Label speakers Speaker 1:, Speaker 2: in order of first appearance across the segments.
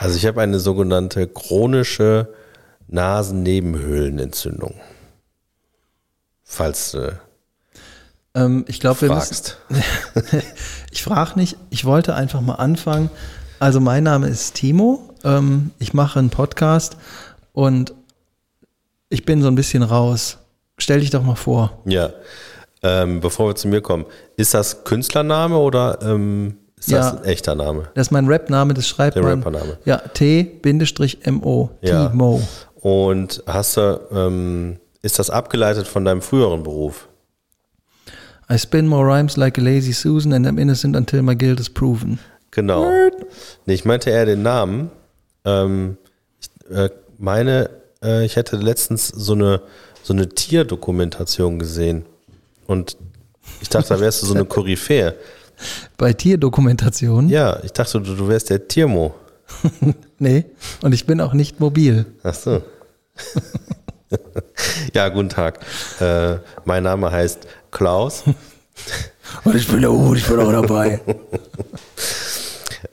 Speaker 1: Also ich habe eine sogenannte chronische Nasennebenhöhlenentzündung. Falls du
Speaker 2: Ähm, ich glaube, wir müssen.
Speaker 1: fragst.
Speaker 2: Ich frage nicht, ich wollte einfach mal anfangen. Also mein Name ist Timo, ähm, ich mache einen Podcast und ich bin so ein bisschen raus. Stell dich doch mal vor.
Speaker 1: Ja. Ähm, bevor wir zu mir kommen, ist das Künstlername oder ähm, ist das
Speaker 2: Ja.
Speaker 1: ein echter Name?
Speaker 2: Das ist mein Rap-Name, das schreibt
Speaker 1: Der
Speaker 2: man.
Speaker 1: Rappername.
Speaker 2: Ja, T-M-O.
Speaker 1: Ja.
Speaker 2: T-Mo.
Speaker 1: Und hast du, ähm, ist das abgeleitet von deinem früheren Beruf?
Speaker 2: I spin more rhymes like a lazy Susan and I'm innocent until my guilt is proven.
Speaker 1: Genau. Nee, ich meinte eher den Namen. Ähm, ich äh, meine, äh, ich hätte letztens so eine, so eine Tierdokumentation gesehen. Und ich dachte, da wärst du so eine Koryphäe.
Speaker 2: Bei Tierdokumentationen?
Speaker 1: Ja, ich dachte, du, du wärst der Tiermo.
Speaker 2: Nee. Und ich bin auch nicht mobil.
Speaker 1: Ach so. ja, guten Tag. Äh, mein Name heißt Klaus.
Speaker 2: Und ich bin auch, ich bin auch dabei.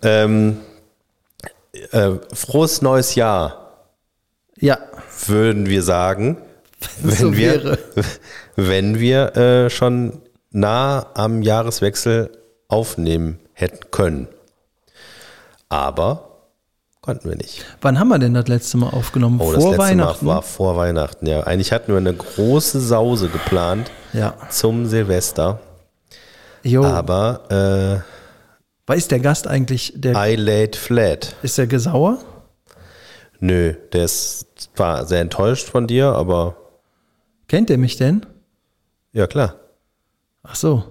Speaker 1: Ähm, äh, frohes neues Jahr,
Speaker 2: ja,
Speaker 1: würden wir sagen.
Speaker 2: wenn so
Speaker 1: wir,
Speaker 2: wäre.
Speaker 1: Wenn wir äh, schon nah am Jahreswechsel aufnehmen hätten können. Aber konnten wir nicht.
Speaker 2: Wann haben wir denn das letzte Mal aufgenommen?
Speaker 1: Oh,
Speaker 2: Vor
Speaker 1: das letzte
Speaker 2: Weihnachten?
Speaker 1: Mal war vor Weihnachten, ja. Eigentlich hatten wir eine große Sause geplant
Speaker 2: Ja.
Speaker 1: zum Silvester.
Speaker 2: Jo.
Speaker 1: Aber
Speaker 2: War ist der Gast eigentlich, der
Speaker 1: äh, I laid flat.
Speaker 2: ist der gesauer?
Speaker 1: Nö, der ist zwar sehr enttäuscht von dir, aber
Speaker 2: Kennt der mich denn?
Speaker 1: ja klar.
Speaker 2: Ach so.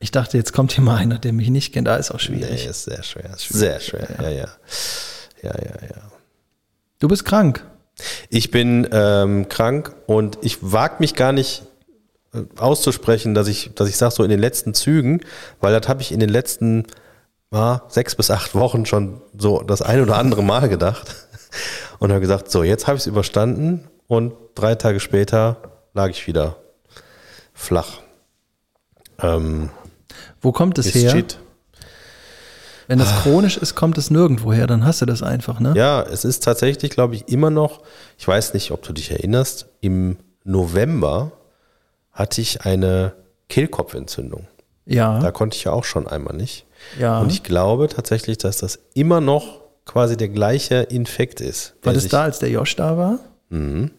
Speaker 2: Ich dachte, jetzt kommt hier mal einer, der mich nicht kennt. Da ist auch
Speaker 1: Nee,
Speaker 2: schwierig.
Speaker 1: ist sehr schwer. Sehr schwer, ja, ja. Ja, ja, ja.
Speaker 2: Du bist krank.
Speaker 1: Ich bin ähm, krank und ich wage mich gar nicht äh, auszusprechen, dass ich, dass ich sage, so in den letzten Zügen, weil das habe ich in den letzten ah, sechs bis acht Wochen schon so das ein oder andere Mal gedacht und habe gesagt, so jetzt habe ich es überstanden und drei Tage später lag ich wieder flach. Ähm,
Speaker 2: Wo kommt es
Speaker 1: ist
Speaker 2: her?
Speaker 1: shit. Ah.
Speaker 2: Wenn das chronisch ist, kommt es nirgendwo her. Dann hast du das einfach, ne?
Speaker 1: Ja, es ist tatsächlich, glaube ich, immer noch, ich weiß nicht, ob du dich erinnerst, im November hatte ich eine Kehlkopfentzündung. Da
Speaker 2: Ja.
Speaker 1: konnte ich ja auch schon einmal nicht.
Speaker 2: ja.
Speaker 1: Und ich glaube tatsächlich, dass das immer noch quasi der gleiche Infekt ist. der
Speaker 2: war das
Speaker 1: sich-
Speaker 2: da, als der Josh da war? Mhm.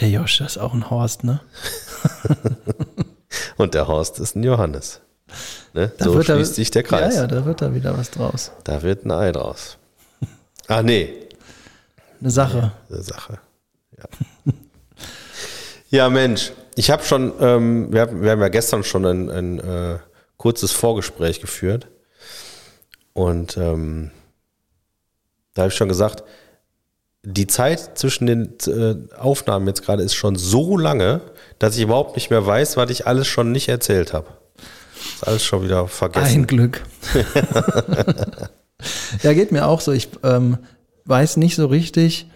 Speaker 2: Der Josh, das ist auch ein Horst, ne?
Speaker 1: Und der Horst ist ein Johannes. Ne?
Speaker 2: Da
Speaker 1: so
Speaker 2: wird da-
Speaker 1: schließt sich der Kreis.
Speaker 2: Ja, ja, da wird da wieder was draus.
Speaker 1: Da wird ein Ei draus. Ah, nee,
Speaker 2: Eine Sache.
Speaker 1: eine Sache. Ja, ja Mensch, ich habe schon, ähm, wir, haben, wir haben ja gestern schon ein, ein äh, kurzes Vorgespräch geführt. Und ähm, da habe ich schon gesagt, die Zeit zwischen den äh, Aufnahmen jetzt gerade ist schon so lange, dass ich überhaupt nicht mehr weiß, was ich alles schon nicht erzählt habe. Ist alles schon wieder vergessen.
Speaker 2: Ein Glück. ja, geht mir auch so. Ich ähm, weiß nicht so richtig.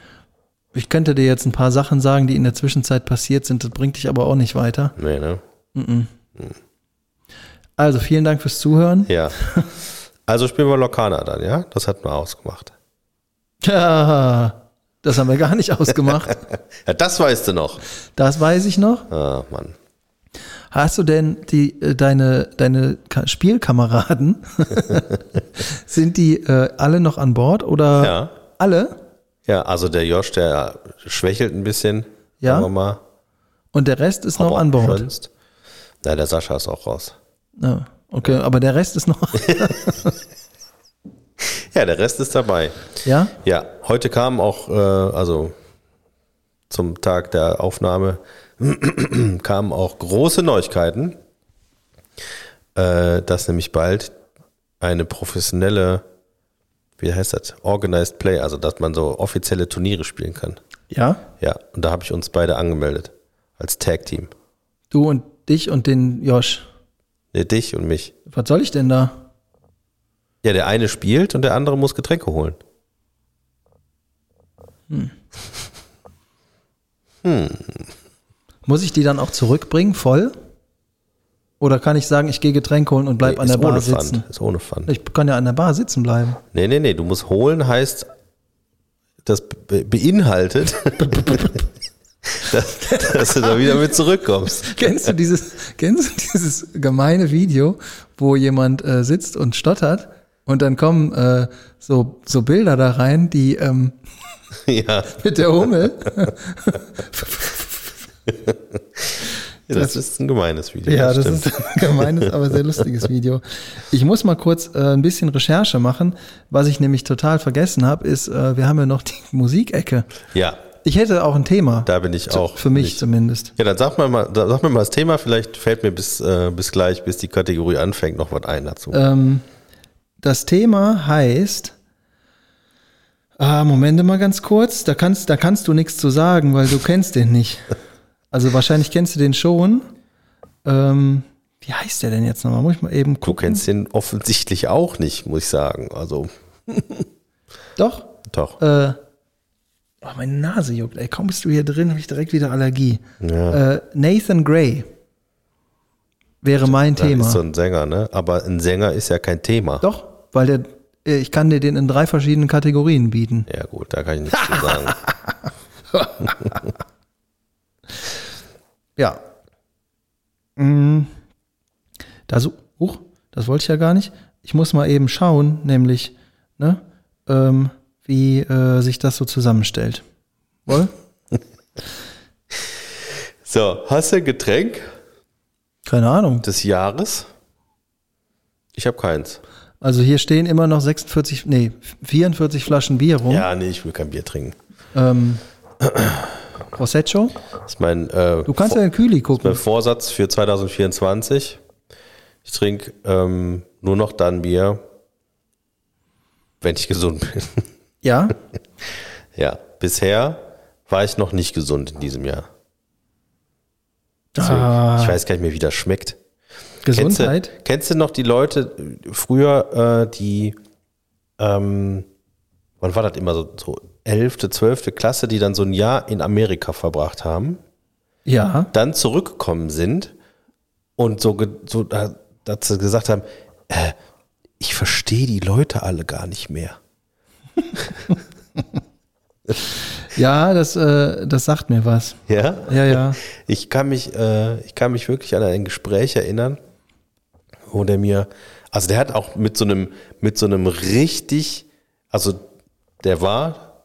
Speaker 2: Ich könnte dir jetzt ein paar Sachen sagen, die in der Zwischenzeit passiert sind. Das bringt dich aber auch nicht weiter.
Speaker 1: Nee, ne?
Speaker 2: Also vielen Dank fürs Zuhören.
Speaker 1: Ja. Also spielen wir Lokana dann, ja? Das hatten wir ausgemacht.
Speaker 2: Ja, das haben wir gar nicht ausgemacht.
Speaker 1: Ja, das weißt du noch.
Speaker 2: Das weiß ich noch.
Speaker 1: Ah, Mann.
Speaker 2: Hast du denn die äh, deine deine Ka Spielkameraden? Sind die äh, alle noch an Bord oder
Speaker 1: Ja.
Speaker 2: alle?
Speaker 1: Ja, also der Josh, der schwächelt ein bisschen.
Speaker 2: Ja.
Speaker 1: Sagen wir mal.
Speaker 2: Und der Rest ist
Speaker 1: Aber
Speaker 2: noch an Bord.
Speaker 1: sonst- Na, der Sascha ist auch raus.
Speaker 2: Ja, okay, aber der Rest ist noch.
Speaker 1: Ja, der Rest ist dabei.
Speaker 2: ja.
Speaker 1: Ja, heute kam auch, äh, also zum Tag der Aufnahme, kamen auch große Neuigkeiten, äh, dass nämlich bald eine professionelle, wie heißt das, Organized Play, also dass man so offizielle Turniere spielen kann.
Speaker 2: Ja.
Speaker 1: Ja, und da habe ich uns beide angemeldet als Tag Team.
Speaker 2: Du und dich und den Josh.
Speaker 1: Nee, dich und mich.
Speaker 2: Was soll ich denn da?
Speaker 1: Ja, der eine spielt und der andere muss Getränke holen.
Speaker 2: Muss ich die dann auch zurückbringen, voll? Oder kann ich sagen, ich gehe Getränke holen und bleib
Speaker 1: Nee,
Speaker 2: an der
Speaker 1: ist ohne
Speaker 2: Bar
Speaker 1: Pfand.
Speaker 2: sitzen?
Speaker 1: Ist ohne Pfand.
Speaker 2: Ich kann ja an der Bar sitzen bleiben.
Speaker 1: Nee, nee, nee, du musst holen heißt, das be beinhaltet, dass, dass du da wieder mit zurückkommst.
Speaker 2: Kennst du dieses, kennst du dieses gemeine Video, wo jemand äh, sitzt und stottert und dann kommen äh, so, so Bilder da rein, die ähm,
Speaker 1: ja,
Speaker 2: mit der Hummel.
Speaker 1: das ist ein gemeines Video.
Speaker 2: ja, das
Speaker 1: stimmt.
Speaker 2: ist ein gemeines, aber sehr lustiges Video. Ich muss mal kurz äh, ein bisschen Recherche machen. Was ich nämlich total vergessen habe, ist, äh, wir haben ja noch die Musikecke.
Speaker 1: ja,
Speaker 2: Ich hätte auch ein Thema.
Speaker 1: da bin ich
Speaker 2: Zu-
Speaker 1: auch.
Speaker 2: Für mich
Speaker 1: nicht.
Speaker 2: zumindest.
Speaker 1: Ja, dann sag mir mal, dann sag mir mal das Thema, vielleicht fällt mir bis, äh, bis gleich, bis die Kategorie anfängt, noch was ein dazu.
Speaker 2: Ähm, das Thema heißt. Ah, Momente mal ganz kurz. Da kannst, da kannst du nichts zu sagen, weil du kennst den nicht. Also wahrscheinlich kennst du den schon. Ähm, wie heißt der denn jetzt nochmal? Muss ich mal eben
Speaker 1: du
Speaker 2: gucken.
Speaker 1: kennst den offensichtlich auch nicht, muss ich sagen. Also,
Speaker 2: Doch.
Speaker 1: doch.
Speaker 2: Äh, oh, meine Nase juckt. Ey, kaum bist du hier drin, habe ich direkt wieder Allergie.
Speaker 1: ja, Also,
Speaker 2: Äh, Nathan Gray wäre mein
Speaker 1: da
Speaker 2: Thema.
Speaker 1: ist so ein Sänger, ne? Aber ein Sänger ist ja kein Thema.
Speaker 2: Doch, weil der, äh, ich kann dir den in drei verschiedenen Kategorien bieten.
Speaker 1: Ja, gut, da kann ich nichts zu sagen.
Speaker 2: Ja. Mm. Da so, huch, das wollte ich ja gar nicht. Ich muss mal eben schauen, nämlich, ne, ähm, wie äh, sich das so zusammenstellt. Woll?
Speaker 1: So, hast du ein Getränk
Speaker 2: Keine Ahnung.
Speaker 1: des Jahres? Ich habe keins.
Speaker 2: Also hier stehen immer noch 46, nee, 44 Flaschen Bier rum.
Speaker 1: Ja, nee, ich will kein Bier trinken.
Speaker 2: Ähm, Prosecco.
Speaker 1: Das ist mein, äh,
Speaker 2: Du kannst
Speaker 1: Vor-
Speaker 2: ja in den Kühli
Speaker 1: mein
Speaker 2: gucken.
Speaker 1: Vorsatz für 2024. Ich trinke ähm, nur noch dann Bier, wenn ich gesund bin.
Speaker 2: Ja,
Speaker 1: ja, bisher war ich noch nicht gesund in diesem Jahr. Deswegen,
Speaker 2: Ah.
Speaker 1: Ich weiß gar nicht mehr, wie das schmeckt.
Speaker 2: Gesundheit.
Speaker 1: Kennst du, kennst du noch die Leute äh, früher, äh, die, ähm, wann war das immer so, so 11., 12. Klasse, die dann so ein Jahr in Amerika verbracht haben,
Speaker 2: Ja.
Speaker 1: dann zurückgekommen sind und so, ge- so äh, dass sie gesagt haben, äh, ich verstehe die Leute alle gar nicht mehr.
Speaker 2: Ja, das, äh, das sagt mir was.
Speaker 1: Ja?
Speaker 2: Ja, ja.
Speaker 1: Ich kann mich, äh, ich kann mich wirklich an ein Gespräch erinnern, wo der mir, also der hat auch mit so einem, mit so einem richtig, also der war,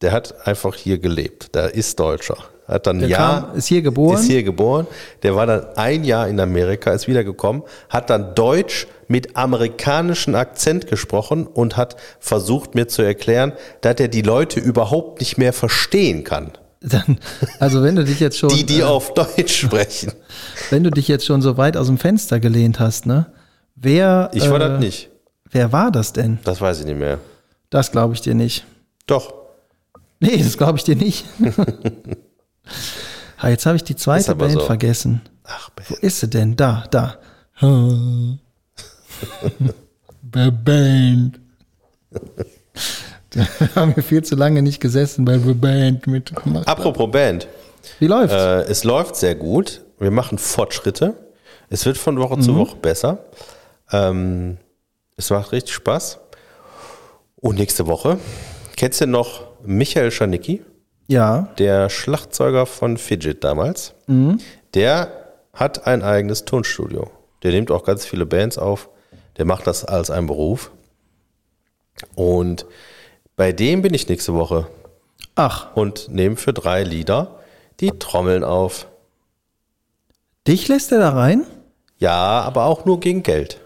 Speaker 1: der hat einfach hier gelebt, der ist Deutscher, hat dann
Speaker 2: Der
Speaker 1: ein Jahr,
Speaker 2: kam, ist hier geboren.
Speaker 1: ist hier geboren, der war dann ein Jahr in Amerika, ist wiedergekommen, hat dann Deutsch mit amerikanischem Akzent gesprochen und hat versucht mir zu erklären, dass er die Leute überhaupt nicht mehr verstehen kann,
Speaker 2: Dann, also wenn du dich jetzt schon,
Speaker 1: die, die
Speaker 2: äh,
Speaker 1: auf Deutsch sprechen.
Speaker 2: wenn du dich jetzt schon so weit aus dem Fenster gelehnt hast, ne? Wer?
Speaker 1: Ich war
Speaker 2: äh,
Speaker 1: das nicht.
Speaker 2: Wer war das denn?
Speaker 1: Das weiß ich nicht mehr.
Speaker 2: Das glaube ich dir nicht.
Speaker 1: Doch.
Speaker 2: Nee, das glaube ich dir nicht. ha, jetzt habe ich die
Speaker 1: Ist
Speaker 2: zweite
Speaker 1: aber
Speaker 2: Band
Speaker 1: so.
Speaker 2: vergessen.
Speaker 1: Ach,
Speaker 2: Wo ist sie denn? Da, da. Bei Band. Da haben wir viel zu lange nicht gesessen bei The Band mitgemacht.
Speaker 1: Apropos Band.
Speaker 2: Wie läuft's?
Speaker 1: Äh, es läuft sehr gut. Wir machen Fortschritte. Es wird von Woche zu Woche besser. Ähm, es macht richtig Spaß. Und nächste Woche. Kennst du noch Michael Schanicki,
Speaker 2: ja.
Speaker 1: der Schlagzeuger von Fidget damals? Der hat ein eigenes Tonstudio. Der nimmt auch ganz viele Bands auf. Der macht das als einen Beruf. Und bei dem bin ich nächste Woche.
Speaker 2: Ach,
Speaker 1: und nehmen für drei Lieder die Trommeln auf.
Speaker 2: dich lässt er da rein?
Speaker 1: Ja, aber auch nur gegen Geld.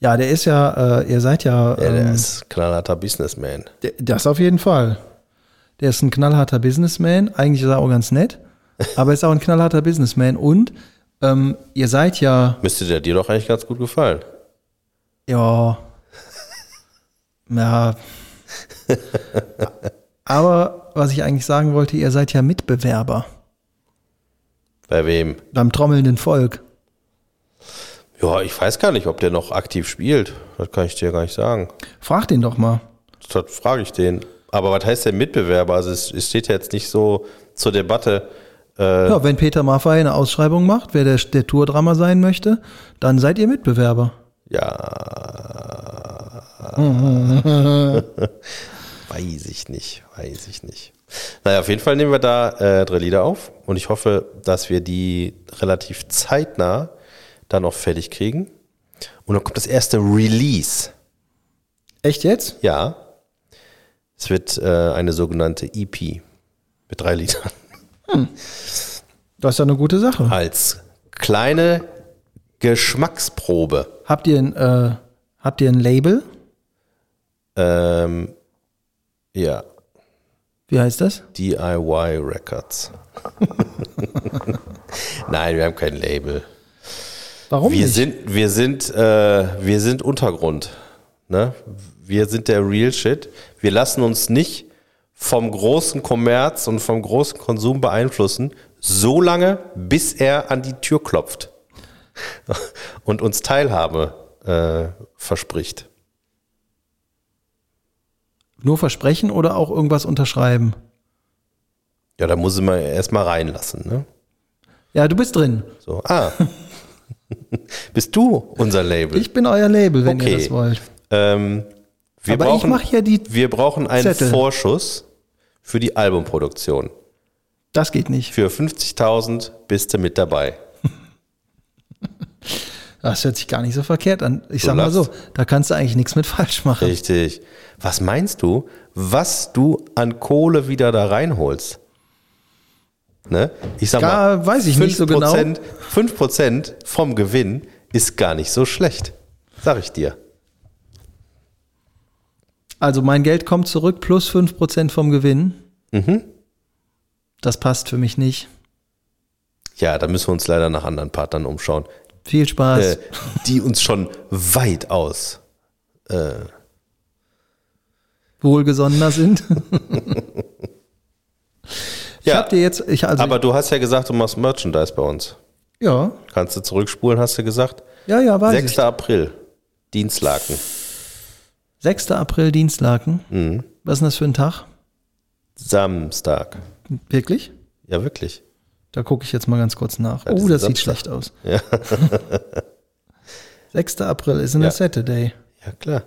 Speaker 2: Ja, der ist ja, äh, ihr seid ja,
Speaker 1: Ja, der
Speaker 2: ähm,
Speaker 1: ist knallharter Businessman.
Speaker 2: der- das auf jeden Fall. Der ist ein knallharter Businessman, eigentlich ist er auch ganz nett, aber ist auch ein knallharter Businessman und ähm, ihr seid ja,
Speaker 1: Müsste der dir doch eigentlich ganz gut gefallen.
Speaker 2: ja, ja, aber was ich eigentlich sagen wollte, ihr seid ja Mitbewerber
Speaker 1: Bei wem?
Speaker 2: beim trommelnden Volk.
Speaker 1: Ja, ich weiß gar nicht, ob der noch aktiv spielt. Das kann ich dir gar nicht sagen.
Speaker 2: Frag den doch mal.
Speaker 1: Das frage ich den. Aber was heißt denn Mitbewerber? Also es, es steht ja jetzt nicht so zur Debatte. Äh,
Speaker 2: Ja, wenn Peter Maffay eine Ausschreibung macht, wer der, der Tourdrama sein möchte, dann seid ihr Mitbewerber.
Speaker 1: ja. weiß ich nicht, weiß ich nicht. Naja, auf jeden Fall nehmen wir da äh, drei Lieder auf und ich hoffe, dass wir die relativ zeitnah dann noch fertig kriegen. Und dann kommt das erste Release.
Speaker 2: Echt jetzt?
Speaker 1: Ja. Es wird äh, eine sogenannte EP mit drei Liedern.
Speaker 2: Das ist ja eine gute Sache.
Speaker 1: Als kleine Geschmacksprobe.
Speaker 2: Habt ihr ein, äh, habt ihr ein Label?
Speaker 1: Ähm, ja,
Speaker 2: Wie heißt das?
Speaker 1: DIY Records. Nein, wir haben kein Label.
Speaker 2: Warum
Speaker 1: Wir
Speaker 2: nicht?
Speaker 1: sind, wir sind, äh, wir sind Untergrund. Ne? Wir sind der Real Shit. Wir lassen uns nicht vom großen Kommerz und vom großen Konsum beeinflussen, so lange, bis er an die Tür klopft und uns Teilhabe äh, verspricht.
Speaker 2: Nur versprechen oder auch irgendwas unterschreiben?
Speaker 1: Ja, da muss man erstmal reinlassen. Ne?
Speaker 2: Ja, du bist drin.
Speaker 1: So, ah, bist du unser Label?
Speaker 2: Ich bin euer Label, wenn ihr
Speaker 1: Äh. Okay.
Speaker 2: das wollt.
Speaker 1: ähm, wir
Speaker 2: Aber
Speaker 1: brauchen,
Speaker 2: ich mache ja die.
Speaker 1: wir brauchen einen
Speaker 2: Zettel.
Speaker 1: Vorschuss für die Albumproduktion.
Speaker 2: Das geht nicht.
Speaker 1: Für 50.000 bist du mit dabei.
Speaker 2: Das hört sich gar nicht so verkehrt an. Ich
Speaker 1: Du
Speaker 2: sag mal
Speaker 1: lachst.
Speaker 2: so, da kannst du eigentlich nichts mit falsch machen.
Speaker 1: Richtig. Was meinst du, was du an Kohle wieder da reinholst? Ne? Ich sag
Speaker 2: Gar-
Speaker 1: mal,
Speaker 2: weiß ich nicht so genau.
Speaker 1: 5%, 5% vom Gewinn ist gar nicht so schlecht. Sag ich dir.
Speaker 2: Also mein Geld kommt zurück plus 5% vom Gewinn.
Speaker 1: Mhm.
Speaker 2: Das passt für mich nicht.
Speaker 1: Ja, da müssen wir uns leider nach anderen Partnern umschauen,
Speaker 2: Viel
Speaker 1: äh,
Speaker 2: Spaß.
Speaker 1: die uns schon weitaus
Speaker 2: Wohlgesonnener sind. Ich
Speaker 1: Ja.
Speaker 2: hab dir jetzt, ich also,
Speaker 1: Aber du hast ja gesagt, du machst Merchandise bei uns.
Speaker 2: ja,
Speaker 1: Kannst du zurückspulen, hast du gesagt?
Speaker 2: ja, ja, weiß
Speaker 1: 6.
Speaker 2: ich.
Speaker 1: April, Dienstlaken.
Speaker 2: 6. April, Dienstlaken.
Speaker 1: Mhm.
Speaker 2: Was ist denn das für ein Tag?
Speaker 1: Samstag.
Speaker 2: Wirklich?
Speaker 1: Ja, wirklich.
Speaker 2: Da gucke ich jetzt mal ganz kurz nach.
Speaker 1: das
Speaker 2: oh,
Speaker 1: ist
Speaker 2: das sieht
Speaker 1: Samstag.
Speaker 2: schlecht aus. 6. April ist in der
Speaker 1: Ja.
Speaker 2: Saturday.
Speaker 1: Ja, klar.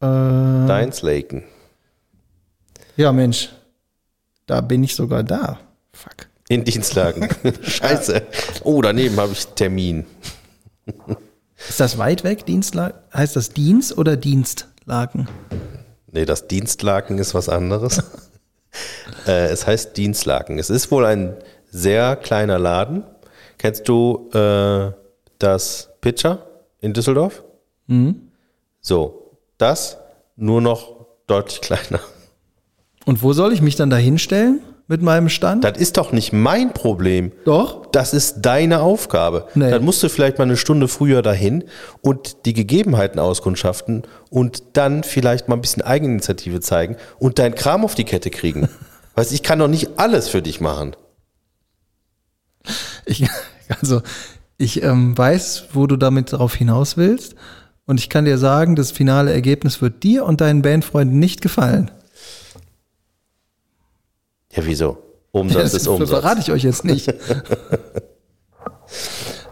Speaker 2: Äh,
Speaker 1: Deinslaken.
Speaker 2: ja, Mensch. Da bin ich sogar da. Fuck.
Speaker 1: In Dienstlaken. Scheiße. Oh, daneben habe ich Termin.
Speaker 2: Ist das weit weg? Dienstlaken? Heißt das Dienst oder Dienstlaken?
Speaker 1: Nee, das Dienstlaken ist was anderes. äh, es heißt Dienstlaken. Es ist wohl ein sehr kleiner Laden. Kennst du äh, das Pitcher in Düsseldorf? So, das nur noch deutlich kleiner.
Speaker 2: Und wo soll ich mich dann da hinstellen mit meinem Stand?
Speaker 1: Das ist doch nicht mein Problem.
Speaker 2: Doch.
Speaker 1: Das ist deine Aufgabe.
Speaker 2: Nee.
Speaker 1: Dann musst du vielleicht mal eine Stunde früher dahin und die Gegebenheiten auskundschaften und dann vielleicht mal ein bisschen Eigeninitiative zeigen und deinen Kram auf die Kette kriegen. Weißt, ich kann doch nicht alles für dich machen.
Speaker 2: Ich, also, ich ähm, weiß, wo du damit darauf hinaus willst. Und ich kann dir sagen, das finale Ergebnis wird dir und deinen Bandfreunden nicht gefallen.
Speaker 1: Ja, wieso? Umsatz ist Umsatz.
Speaker 2: verrate ich euch jetzt nicht.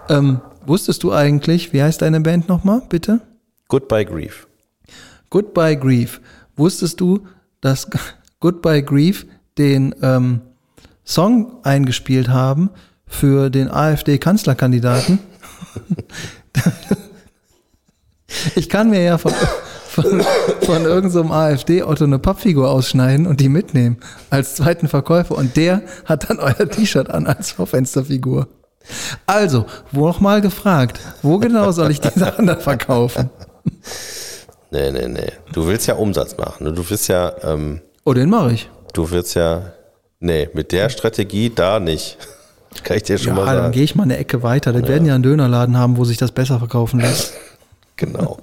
Speaker 2: ähm, wusstest du eigentlich, wie heißt deine Band nochmal, bitte?
Speaker 1: Goodbye Grief.
Speaker 2: Goodbye Grief. Wusstest du, dass Goodbye Grief den ähm, Song eingespielt haben für den AfD-Kanzlerkandidaten? ich kann mir ja von, von, von irgendeinem AfD-Otto eine Pappfigur ausschneiden und die mitnehmen als zweiten Verkäufer. Und der hat dann euer T-Shirt an als Schaufensterfigur. Also, wo nochmal gefragt, wo genau soll ich die Sachen dann verkaufen?
Speaker 1: Nee, nee, nee. Du willst ja Umsatz machen. Du willst ja, ähm,
Speaker 2: Oh, den mache ich.
Speaker 1: du willst ja, nee, mit der Strategie da nicht. Kann ich dir schon mal
Speaker 2: Ja, dann
Speaker 1: sagen.
Speaker 2: gehe ich mal eine Ecke weiter. Das werden ja einen Dönerladen haben, wo sich das besser verkaufen lässt.
Speaker 1: Genau.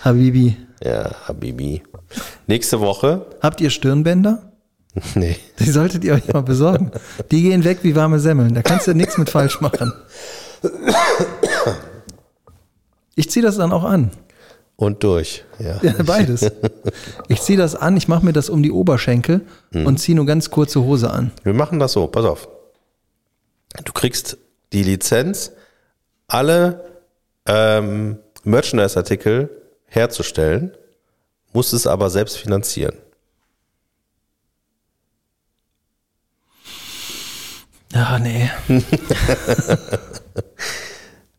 Speaker 2: Habibi,
Speaker 1: Ja, Habibi. Nächste Woche.
Speaker 2: habt ihr Stirnbänder?
Speaker 1: Nee.
Speaker 2: Die solltet ihr euch mal besorgen. Die gehen weg wie warme Semmeln. Da kannst du nichts mit falsch machen. Ich ziehe das dann auch an.
Speaker 1: Und durch. Ja.
Speaker 2: Ja, beides. Ich ziehe das an, ich mache mir das um die Oberschenkel und ziehe nur ganz kurze Hose an.
Speaker 1: Wir machen das so, pass auf. Du kriegst die Lizenz, alle ähm, Merchandise-Artikel herzustellen, musst es aber selbst finanzieren.
Speaker 2: Ja, nee.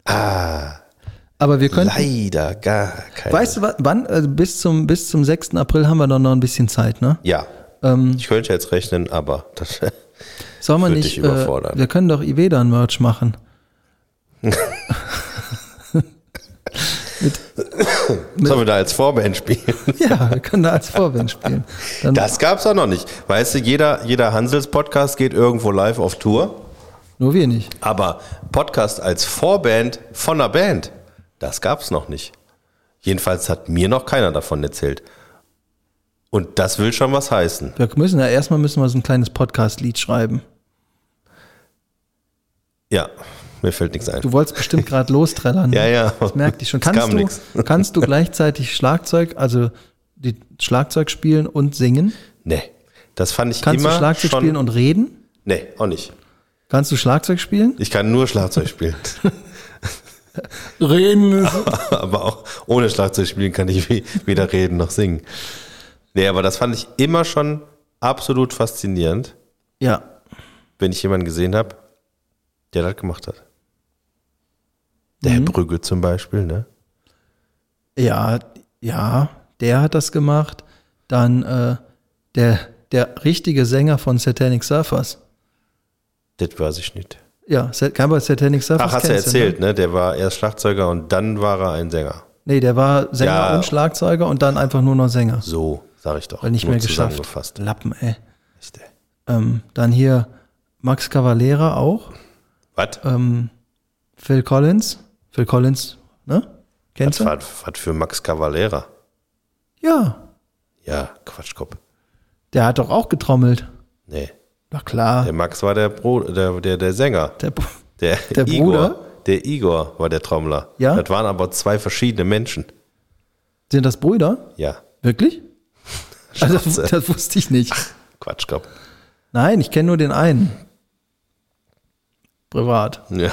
Speaker 2: Aber wir können.
Speaker 1: Ah, Leider gar keine.
Speaker 2: Weißt du, wa- wann? Also bis, zum, bis zum 6. April haben wir doch noch ein bisschen Zeit, ne?
Speaker 1: Ja.
Speaker 2: Ähm,
Speaker 1: Ich könnte jetzt rechnen, aber das,
Speaker 2: Soll man
Speaker 1: Würde dich
Speaker 2: nicht.
Speaker 1: überfordern.
Speaker 2: Äh, wir können doch Iveda ein Merch machen.
Speaker 1: sollen wir da als Vorband spielen?
Speaker 2: Ja, wir können da als Vorwind spielen. Dann,
Speaker 1: Das gab's auch noch nicht. Weißt du, jeder, jeder Hansels-Podcast geht irgendwo live auf Tour.
Speaker 2: nur wir nicht.
Speaker 1: Aber Podcast als Vorband von einer Band, das gab es noch nicht. Jedenfalls hat mir noch keiner davon erzählt. Und das will schon was heißen.
Speaker 2: Wir müssen ja erstmal müssen wir so ein kleines Podcast-Lied schreiben.
Speaker 1: Ja, mir fällt nichts ein.
Speaker 2: Du wolltest bestimmt gerade lostrellern. ne?
Speaker 1: Ja, ja.
Speaker 2: Das merkte ich schon.
Speaker 1: Es kam
Speaker 2: Kannst
Speaker 1: nix.
Speaker 2: du, kannst du gleichzeitig Schlagzeug, also die Schlagzeug spielen und singen?
Speaker 1: Nee, das fand ich
Speaker 2: Kannst
Speaker 1: immer
Speaker 2: du Schlagzeug
Speaker 1: schon.
Speaker 2: spielen und reden?
Speaker 1: nee, auch nicht.
Speaker 2: Kannst du Schlagzeug spielen?
Speaker 1: Ich kann nur Schlagzeug spielen.
Speaker 2: Reden ist.
Speaker 1: aber auch ohne Schlagzeug spielen kann ich we- weder reden noch singen. Nee, aber das fand ich immer schon absolut faszinierend,
Speaker 2: Ja.
Speaker 1: wenn ich jemanden gesehen habe, der das gemacht hat. Der
Speaker 2: Mhm.
Speaker 1: Herr Brügge zum Beispiel, ne?
Speaker 2: Ja, ja, der hat das gemacht. Dann äh, der, der richtige Sänger von Satanic Surfers.
Speaker 1: Das weiß ich nicht.
Speaker 2: Ja, Sa- Gamble Satanic Surfers.
Speaker 1: Ach, hast du
Speaker 2: kennst
Speaker 1: erzählt, ne? Der war erst Schlagzeuger und dann war er ein Sänger.
Speaker 2: Ne? Nee, der war Sänger
Speaker 1: Ja.
Speaker 2: und Schlagzeuger und dann einfach nur noch Sänger.
Speaker 1: So, sag ich doch.
Speaker 2: Weil nicht mehr geschafft.
Speaker 1: zusammengefasst.
Speaker 2: Lappen, ey.
Speaker 1: Echt, ey.
Speaker 2: Ähm, dann hier Max Cavalera auch.
Speaker 1: Was?
Speaker 2: Ähm, Phil Collins. Phil Collins, ne? Kennst
Speaker 1: Was
Speaker 2: du?
Speaker 1: war- was für Max Cavalera?
Speaker 2: Ja.
Speaker 1: Ja, Quatschkopf.
Speaker 2: Der hat doch auch getrommelt.
Speaker 1: Nee.
Speaker 2: Na klar.
Speaker 1: Der Max war der, Bro, der, der, der Sänger.
Speaker 2: Der,
Speaker 1: Der,
Speaker 2: Der
Speaker 1: Igor,
Speaker 2: Bruder?
Speaker 1: Der Igor war der Trommler.
Speaker 2: Ja?
Speaker 1: Das waren aber zwei verschiedene Menschen.
Speaker 2: sind das Brüder?
Speaker 1: Ja,
Speaker 2: Wirklich? Also, das,
Speaker 1: Schwarze.
Speaker 2: das wusste ich nicht.
Speaker 1: Quatschkopf.
Speaker 2: Nein, ich kenne nur den einen. Privat.
Speaker 1: Ja.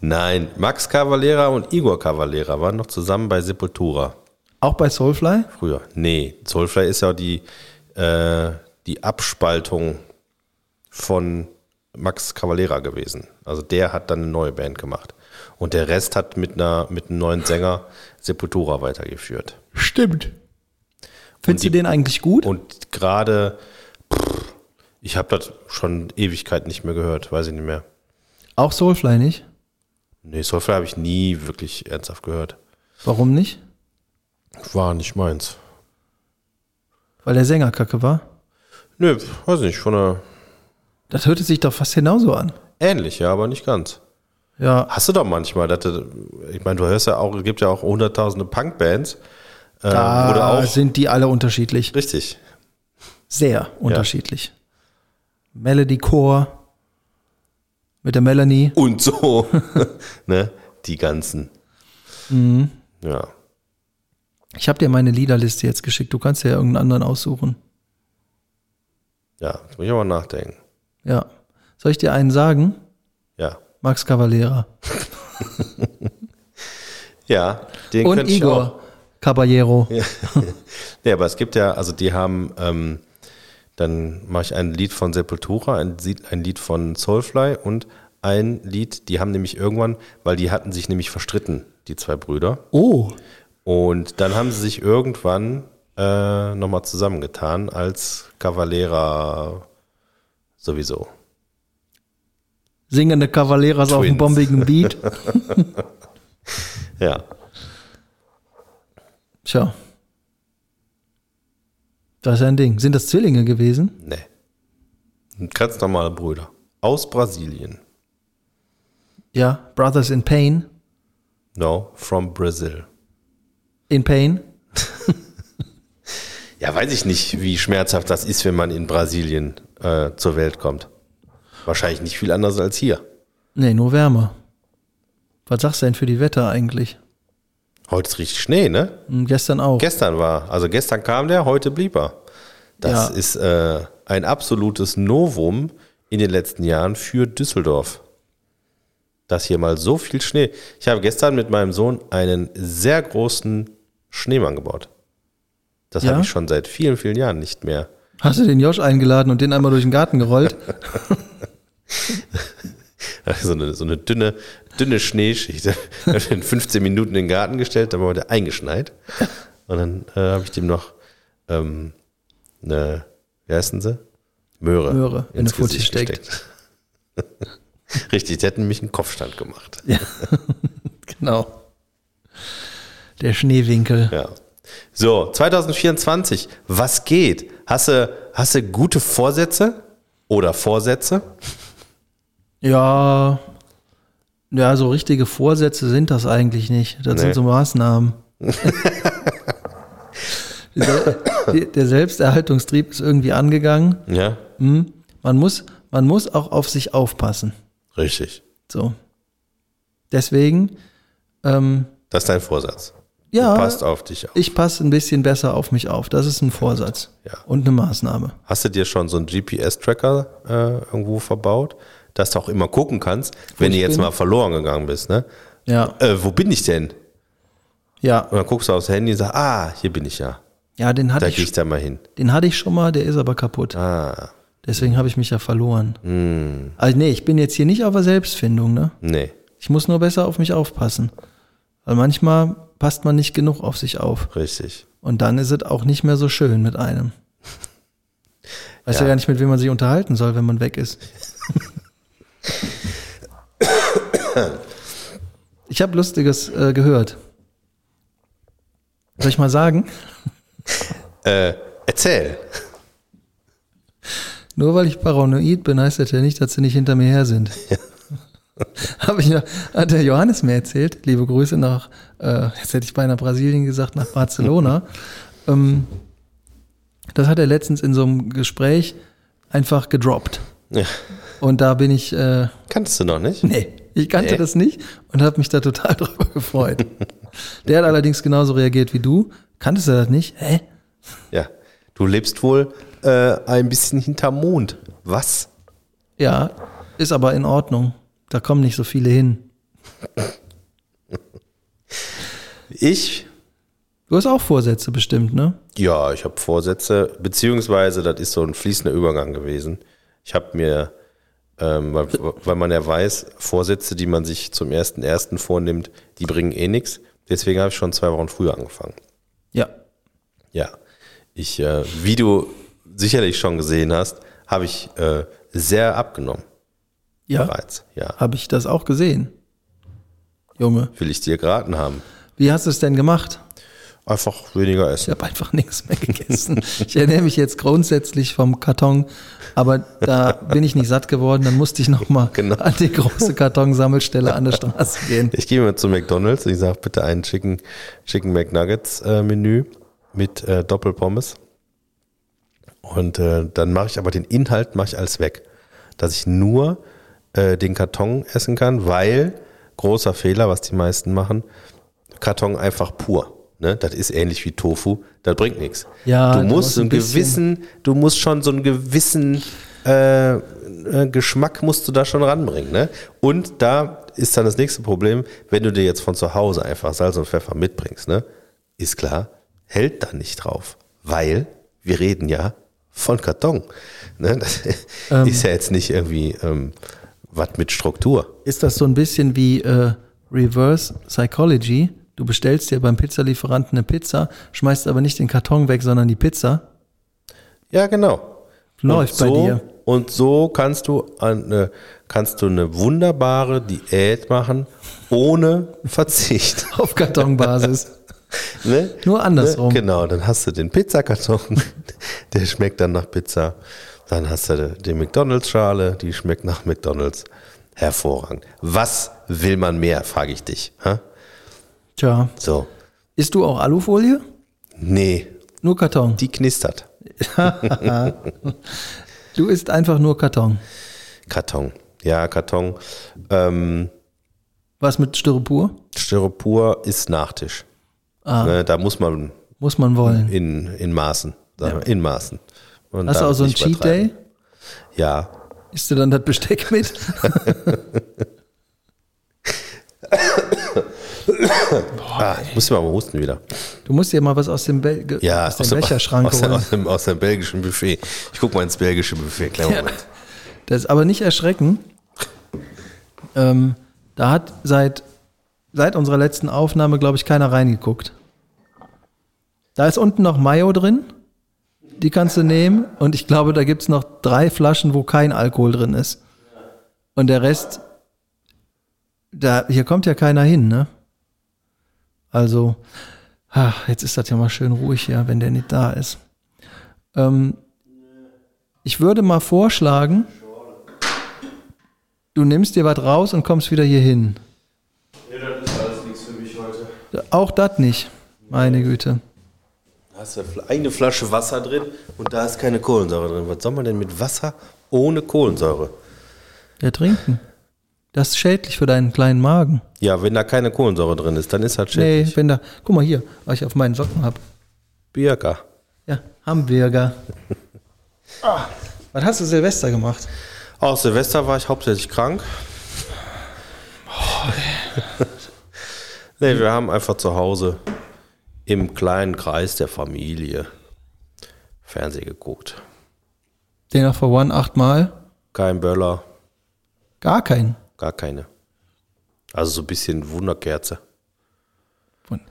Speaker 1: Nein, Max Cavalera und Igor Cavalera waren noch zusammen bei Sepultura
Speaker 2: Auch bei Soulfly?
Speaker 1: früher. Nee, Soulfly ist ja die, äh, die Abspaltung von Max Cavalera gewesen. Also der hat dann eine neue Band gemacht. Und der Rest hat mit, einer, mit einem neuen Sänger Sepultura weitergeführt.
Speaker 2: Stimmt. Findest du den eigentlich gut?
Speaker 1: Und gerade, pff, ich habe das schon Ewigkeit nicht mehr gehört, weiß ich nicht mehr.
Speaker 2: Auch Soulfly nicht?
Speaker 1: Nee, Soulfly habe ich nie wirklich ernsthaft gehört.
Speaker 2: Warum nicht?
Speaker 1: War nicht meins.
Speaker 2: Weil der Sänger kacke war?
Speaker 1: Nö, pf, weiß nicht, von der
Speaker 2: Das hörte sich doch fast genauso an.
Speaker 1: ähnlich, ja, aber nicht ganz.
Speaker 2: Ja,
Speaker 1: Hast du doch manchmal, dass du, ich meine, du hörst ja auch, es gibt ja auch hunderttausende Punkbands. Äh,
Speaker 2: da
Speaker 1: oder auch.
Speaker 2: sind die alle unterschiedlich.
Speaker 1: Richtig.
Speaker 2: Sehr unterschiedlich. Melody Core mit der Melanie.
Speaker 1: Und so. ne? Die ganzen.
Speaker 2: Mhm.
Speaker 1: Ja.
Speaker 2: Ich habe dir meine Liederliste jetzt geschickt. Du kannst dir ja irgendeinen anderen aussuchen.
Speaker 1: Ja, muss ich aber nachdenken.
Speaker 2: Ja. Soll ich dir einen sagen?
Speaker 1: Ja.
Speaker 2: Max Cavalera.
Speaker 1: Ja, den
Speaker 2: Und
Speaker 1: könnte ich auch.
Speaker 2: Igor Caballero.
Speaker 1: Ja, aber es gibt ja, also die haben, ähm, dann mache ich ein Lied von Sepultura, ein, Lied- ein Lied von Soulfly und ein Lied, die haben nämlich irgendwann, weil die hatten sich nämlich verstritten, die zwei Brüder.
Speaker 2: Oh.
Speaker 1: Und dann haben sie sich irgendwann äh, nochmal zusammengetan als Cavalera sowieso.
Speaker 2: Singende Cavaleras auf
Speaker 1: Twins.
Speaker 2: dem bombigen Beat.
Speaker 1: Ja.
Speaker 2: Tja. Das ist ein Ding. Sind das Zwillinge gewesen?
Speaker 1: Nee. Ganz normale Brüder. Aus Brasilien.
Speaker 2: Ja. Brothers in Pain.
Speaker 1: No, from Brazil.
Speaker 2: In Pain.
Speaker 1: Ja, weiß ich nicht, wie schmerzhaft das ist, wenn man in Brasilien äh, zur Welt kommt. Wahrscheinlich nicht viel anders als hier.
Speaker 2: Nee, nur wärmer. Was sagst du denn für die Wetter eigentlich?
Speaker 1: Heute ist richtig Schnee, ne?
Speaker 2: Und gestern auch.
Speaker 1: Gestern war. Also gestern kam der, heute blieb er. Das
Speaker 2: Ja.
Speaker 1: ist äh, ein absolutes Novum in den letzten Jahren für Düsseldorf. Dass hier mal so viel Schnee. Ich habe gestern mit meinem Sohn einen sehr großen Schneemann gebaut. Das
Speaker 2: Ja?
Speaker 1: habe ich schon seit vielen, vielen Jahren nicht mehr.
Speaker 2: Hast du den Josh eingeladen und den einmal durch den Garten gerollt?
Speaker 1: So eine, so eine dünne, dünne Schneeschicht. Wir haben den 15 Minuten in den Garten gestellt, dann war der eingeschneit. Und dann äh, habe ich dem noch ähm, eine, wie heißen sie? Möhre.
Speaker 2: Möhre in
Speaker 1: ins
Speaker 2: die Pfote
Speaker 1: Gesicht
Speaker 2: steckt.
Speaker 1: gesteckt. Richtig, die hätten mich einen Kopfstand gemacht.
Speaker 2: genau. Der Schneewinkel.
Speaker 1: Ja. So, 2024, was geht? Hast du, hast du gute Vorsätze oder Vorsätze?
Speaker 2: Ja. Ja, so richtige Vorsätze sind das eigentlich nicht. Das
Speaker 1: Nee.
Speaker 2: sind so Maßnahmen. Dieser- die- Der Selbsterhaltungstrieb ist irgendwie angegangen.
Speaker 1: Ja,
Speaker 2: Hm. Man, muss, man muss auch auf sich aufpassen.
Speaker 1: richtig.
Speaker 2: So. Deswegen, ähm,
Speaker 1: Das ist dein Vorsatz.
Speaker 2: ja,
Speaker 1: Du passt auf dich auf.
Speaker 2: ich passe ein bisschen besser auf mich auf. Das ist ein Vorsatz
Speaker 1: Ja.
Speaker 2: und eine Maßnahme.
Speaker 1: Hast du dir schon so einen GPS-Tracker äh, irgendwo verbaut, dass du auch immer gucken kannst, wenn du
Speaker 2: ich
Speaker 1: jetzt
Speaker 2: bin?
Speaker 1: mal verloren gegangen bist, ne?
Speaker 2: Ja,
Speaker 1: Äh, wo bin ich denn?
Speaker 2: ja,
Speaker 1: Und dann guckst du aufs Handy und sagst, ah, hier bin ich ja.
Speaker 2: ja, den hatte
Speaker 1: Da
Speaker 2: ich,
Speaker 1: gehe ich dann mal hin.
Speaker 2: den hatte ich schon mal, der ist aber kaputt.
Speaker 1: Ah,
Speaker 2: Deswegen habe ich mich ja verloren.
Speaker 1: Hm.
Speaker 2: Also nee, ich bin jetzt hier nicht auf der Selbstfindung, ne?
Speaker 1: nee,
Speaker 2: Ich muss nur besser auf mich aufpassen. Weil manchmal passt man nicht genug auf sich auf.
Speaker 1: richtig.
Speaker 2: Und dann ist es auch nicht mehr so schön mit einem. Weiß ja.
Speaker 1: Ja.
Speaker 2: gar nicht, mit wem man sich unterhalten soll, wenn man weg ist. Ich habe Lustiges äh, gehört. Soll ich mal sagen?
Speaker 1: Äh, erzähl.
Speaker 2: Nur weil ich paranoid bin, heißt das ja nicht, dass sie nicht hinter mir her sind. Hab ich, noch- hat der Johannes mir erzählt, liebe Grüße nach, äh, jetzt hätte ich beinahe Brasilien gesagt, nach Barcelona. ähm, das hat er letztens in so einem Gespräch einfach gedroppt.
Speaker 1: Ja,
Speaker 2: Und da bin ich, äh,
Speaker 1: kannst du noch nicht?
Speaker 2: nee, ich kannte
Speaker 1: Nee.
Speaker 2: das nicht und habe mich da total drüber gefreut. der hat allerdings genauso reagiert wie du. Kanntest du das nicht? Hä?
Speaker 1: Ja. Du lebst wohl äh, ein bisschen hinterm Mond. Was?
Speaker 2: Ja, ist aber in Ordnung. Da kommen nicht so viele hin.
Speaker 1: Ich?
Speaker 2: Du hast auch Vorsätze bestimmt, ne?
Speaker 1: Ja, ich habe Vorsätze, beziehungsweise das ist so ein fließender Übergang gewesen. Ich habe mir, ähm, weil, weil man ja weiß, Vorsätze, die man sich zum ersten ersten vornimmt, die bringen eh nichts. Deswegen habe ich schon zwei Wochen früher angefangen.
Speaker 2: Ja.
Speaker 1: Ja, ich, äh, wie du sicherlich schon gesehen hast, habe ich äh, sehr abgenommen
Speaker 2: Ja.
Speaker 1: bereits. Ja,
Speaker 2: Habe ich das auch gesehen? Junge,
Speaker 1: will ich dir geraten haben.
Speaker 2: wie hast du es denn gemacht?
Speaker 1: Einfach weniger
Speaker 2: Ich
Speaker 1: essen.
Speaker 2: habe einfach nichts mehr gegessen. Ich ernähre mich jetzt grundsätzlich vom Karton, aber da bin ich nicht satt geworden. Dann musste ich nochmal
Speaker 1: Genau.
Speaker 2: an die große Kartonsammelstelle an der Straße gehen.
Speaker 1: Ich gehe mal zu McDonalds und ich sage bitte ein Chicken, Chicken McNuggets äh, Menü mit äh, Doppelpommes. Und äh, dann mache ich aber den Inhalt mache ich alles weg. Dass ich nur äh, den Karton essen kann, weil großer Fehler, was die meisten machen, Karton einfach pur. Ne? Das ist ähnlich wie Tofu, das bringt nichts.
Speaker 2: Ja,
Speaker 1: du
Speaker 2: du
Speaker 1: musst
Speaker 2: musst ein
Speaker 1: einen
Speaker 2: bisschen-
Speaker 1: gewissen, du musst schon so einen gewissen äh, äh, Geschmack musst du da schon ranbringen. Ne? Und da ist dann das nächste Problem, wenn du dir jetzt von zu Hause einfach Salz und Pfeffer mitbringst, ne? ist klar, hält da nicht drauf, weil wir reden ja von Karton. Ne? Das
Speaker 2: Ähm.
Speaker 1: ist ja jetzt nicht irgendwie ähm, was mit Struktur.
Speaker 2: Ist das so ein bisschen wie äh, Reverse Psychology? Du bestellst dir beim Pizzalieferanten eine Pizza, schmeißt aber nicht den Karton weg, sondern die Pizza.
Speaker 1: Ja, genau.
Speaker 2: Läuft
Speaker 1: und so,
Speaker 2: bei dir.
Speaker 1: Und so kannst du, eine, kannst du eine wunderbare Diät machen, ohne Verzicht.
Speaker 2: Auf Kartonbasis.
Speaker 1: Ne?
Speaker 2: Nur andersrum.
Speaker 1: Ne? Genau, dann hast du den Pizzakarton, der schmeckt dann nach Pizza. Dann hast du die McDonalds-Schale, die schmeckt nach McDonalds. Hervorragend. Was will man mehr, frage ich dich. Ha?
Speaker 2: Tja.
Speaker 1: So,
Speaker 2: Isst du auch Alufolie?
Speaker 1: nee,
Speaker 2: Nur Karton.
Speaker 1: die knistert.
Speaker 2: Du isst einfach nur Karton.
Speaker 1: Karton. Ja, Karton. Ähm,
Speaker 2: Was mit Styropor?
Speaker 1: Styropor ist Nachtisch.
Speaker 2: Ah.
Speaker 1: Ne, da muss man
Speaker 2: Muss man wollen.
Speaker 1: in, in Maßen, sagen wir, in Maßen. Und
Speaker 2: Hast du
Speaker 1: darf
Speaker 2: auch so einen
Speaker 1: nicht
Speaker 2: Cheat Day?
Speaker 1: übertreiben. Ja.
Speaker 2: Isst du dann das Besteck mit? Oh,
Speaker 1: Ah, ich muss immer mal husten wieder.
Speaker 2: Du musst dir mal was aus dem, Bel ge-
Speaker 1: Ja,
Speaker 2: aus dem Becherschrank
Speaker 1: aus, dem,
Speaker 2: holen.
Speaker 1: aus, dem, aus dem belgischen Buffet. Ich guck mal ins belgische Buffet. Kleinen
Speaker 2: Ja.
Speaker 1: Moment.
Speaker 2: Das aber nicht erschrecken. Ähm, da hat seit, seit unserer letzten Aufnahme, glaube ich, keiner reingeguckt. Da ist unten noch Mayo drin. Die kannst du nehmen. Und ich glaube, da gibt es noch drei Flaschen, wo kein Alkohol drin ist. Und der Rest, da, hier kommt ja keiner hin, ne? Also, ah, jetzt ist das ja mal schön ruhig hier, wenn der nicht da ist. Ähm, ich würde mal vorschlagen, du nimmst dir was raus und kommst wieder hier hin. Nee, das ist alles nichts für mich heute. Auch das nicht, meine Güte.
Speaker 1: Da hast du eine Flasche Wasser drin und da ist keine Kohlensäure drin. Was soll man denn mit Wasser ohne Kohlensäure?
Speaker 2: Ja, trinken. Das ist schädlich für deinen kleinen Magen.
Speaker 1: Ja, wenn da keine Kohlensäure drin ist, dann ist das
Speaker 2: Nee,
Speaker 1: schädlich.
Speaker 2: wenn da. Guck mal hier, was ich auf meinen Socken habe.
Speaker 1: Birka.
Speaker 2: Ja, Hamburger. Ah, was hast du Silvester gemacht?
Speaker 1: Auch Silvester war ich hauptsächlich krank.
Speaker 2: Oh,
Speaker 1: nee, wir haben einfach zu Hause im kleinen Kreis der Familie Fernseh geguckt.
Speaker 2: Den auf for One achtmal?
Speaker 1: Kein Böller,
Speaker 2: Gar keinen.
Speaker 1: gar keine. Also so ein bisschen Wunderkerze.
Speaker 2: Und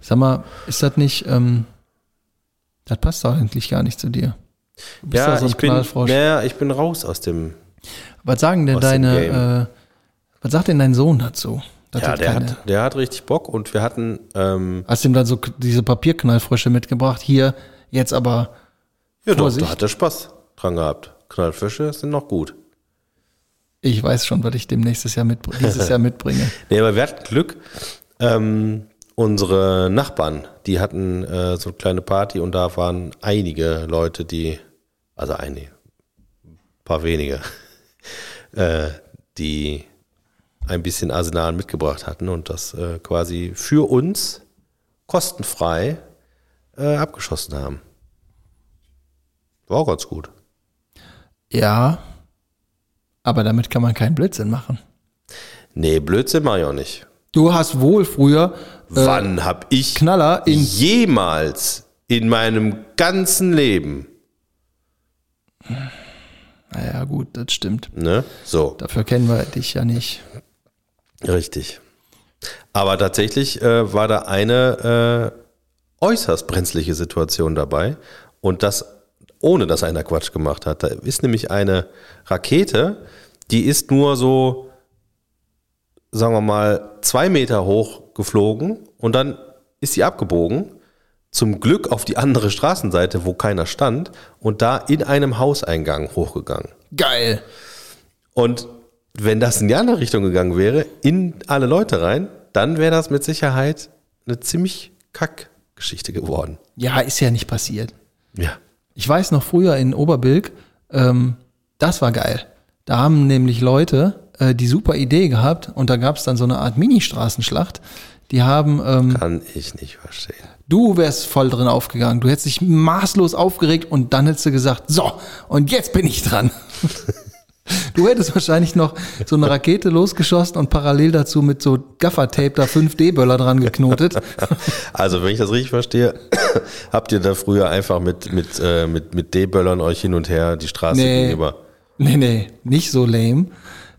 Speaker 2: Sag mal, ist das nicht, ähm, das passt doch eigentlich gar nicht zu dir. Du bist doch so ein
Speaker 1: ich bin,
Speaker 2: Knallfrosch.
Speaker 1: naja, ich bin raus aus dem.
Speaker 2: was sagen denn
Speaker 1: aus dem
Speaker 2: deine, äh, was sagt denn dein Sohn dazu? Dass
Speaker 1: Ja,
Speaker 2: das
Speaker 1: der
Speaker 2: keine-
Speaker 1: hat, der hat richtig Bock und wir hatten ähm,
Speaker 2: Hast du ihm dann so k- diese Papierknallfrösche mitgebracht? Hier, jetzt aber,
Speaker 1: Ja, doch,
Speaker 2: Vorsicht.
Speaker 1: da hat er Spaß dran gehabt. Knallfische sind noch gut.
Speaker 2: ich weiß schon, was ich dem nächstes Jahr mitbringe, dieses Jahr mitbringe.
Speaker 1: Nee, aber wir hatten Glück. Ähm, unsere Nachbarn, die hatten äh, so eine kleine Party und da waren einige Leute, die, also einige, ein paar wenige, äh, die ein bisschen Arsenal mitgebracht hatten und das äh, quasi für uns kostenfrei äh, abgeschossen haben. War auch ganz gut.
Speaker 2: Ja, aber damit kann man keinen Blödsinn machen.
Speaker 1: Nee, Blödsinn mach ich auch nicht.
Speaker 2: Du hast wohl früher äh,
Speaker 1: Wann hab ich
Speaker 2: Knaller in
Speaker 1: jemals in meinem ganzen Leben,
Speaker 2: Naja, gut, das stimmt.
Speaker 1: ne? So,
Speaker 2: Dafür kennen wir dich ja nicht.
Speaker 1: richtig. Aber tatsächlich äh, war da eine äh, äußerst brenzliche Situation dabei und das ohne, dass einer Quatsch gemacht hat. Da ist nämlich eine Rakete, die ist nur so, sagen wir mal, zwei Meter hoch geflogen und dann ist sie abgebogen zum Glück auf die andere Straßenseite, wo keiner stand, und da in einem Hauseingang hochgegangen.
Speaker 2: Geil.
Speaker 1: Und wenn das in die andere Richtung gegangen wäre, in alle Leute rein, dann wäre das mit Sicherheit eine ziemlich Kack-Geschichte geworden.
Speaker 2: Ja, ist ja nicht passiert.
Speaker 1: Ja.
Speaker 2: Ich weiß noch früher in Oberbilk, ähm, das war geil. Da haben nämlich Leute äh, die super Idee gehabt und da gab es dann so eine Art Mini-Straßenschlacht. Die haben, ähm,
Speaker 1: Kann ich nicht verstehen.
Speaker 2: du wärst voll drin aufgegangen. Du hättest dich maßlos aufgeregt und dann hättest du gesagt, so, und jetzt bin ich dran. Du hättest wahrscheinlich noch so eine Rakete losgeschossen und parallel dazu mit so Gaffertape da 5D-Böller dran geknotet.
Speaker 1: Also, wenn ich das richtig verstehe, habt ihr da früher einfach mit, mit, äh, mit, mit D-Böllern euch hin und her die Straße
Speaker 2: Nee.
Speaker 1: gegenüber.
Speaker 2: Nee, nee, nicht so lame.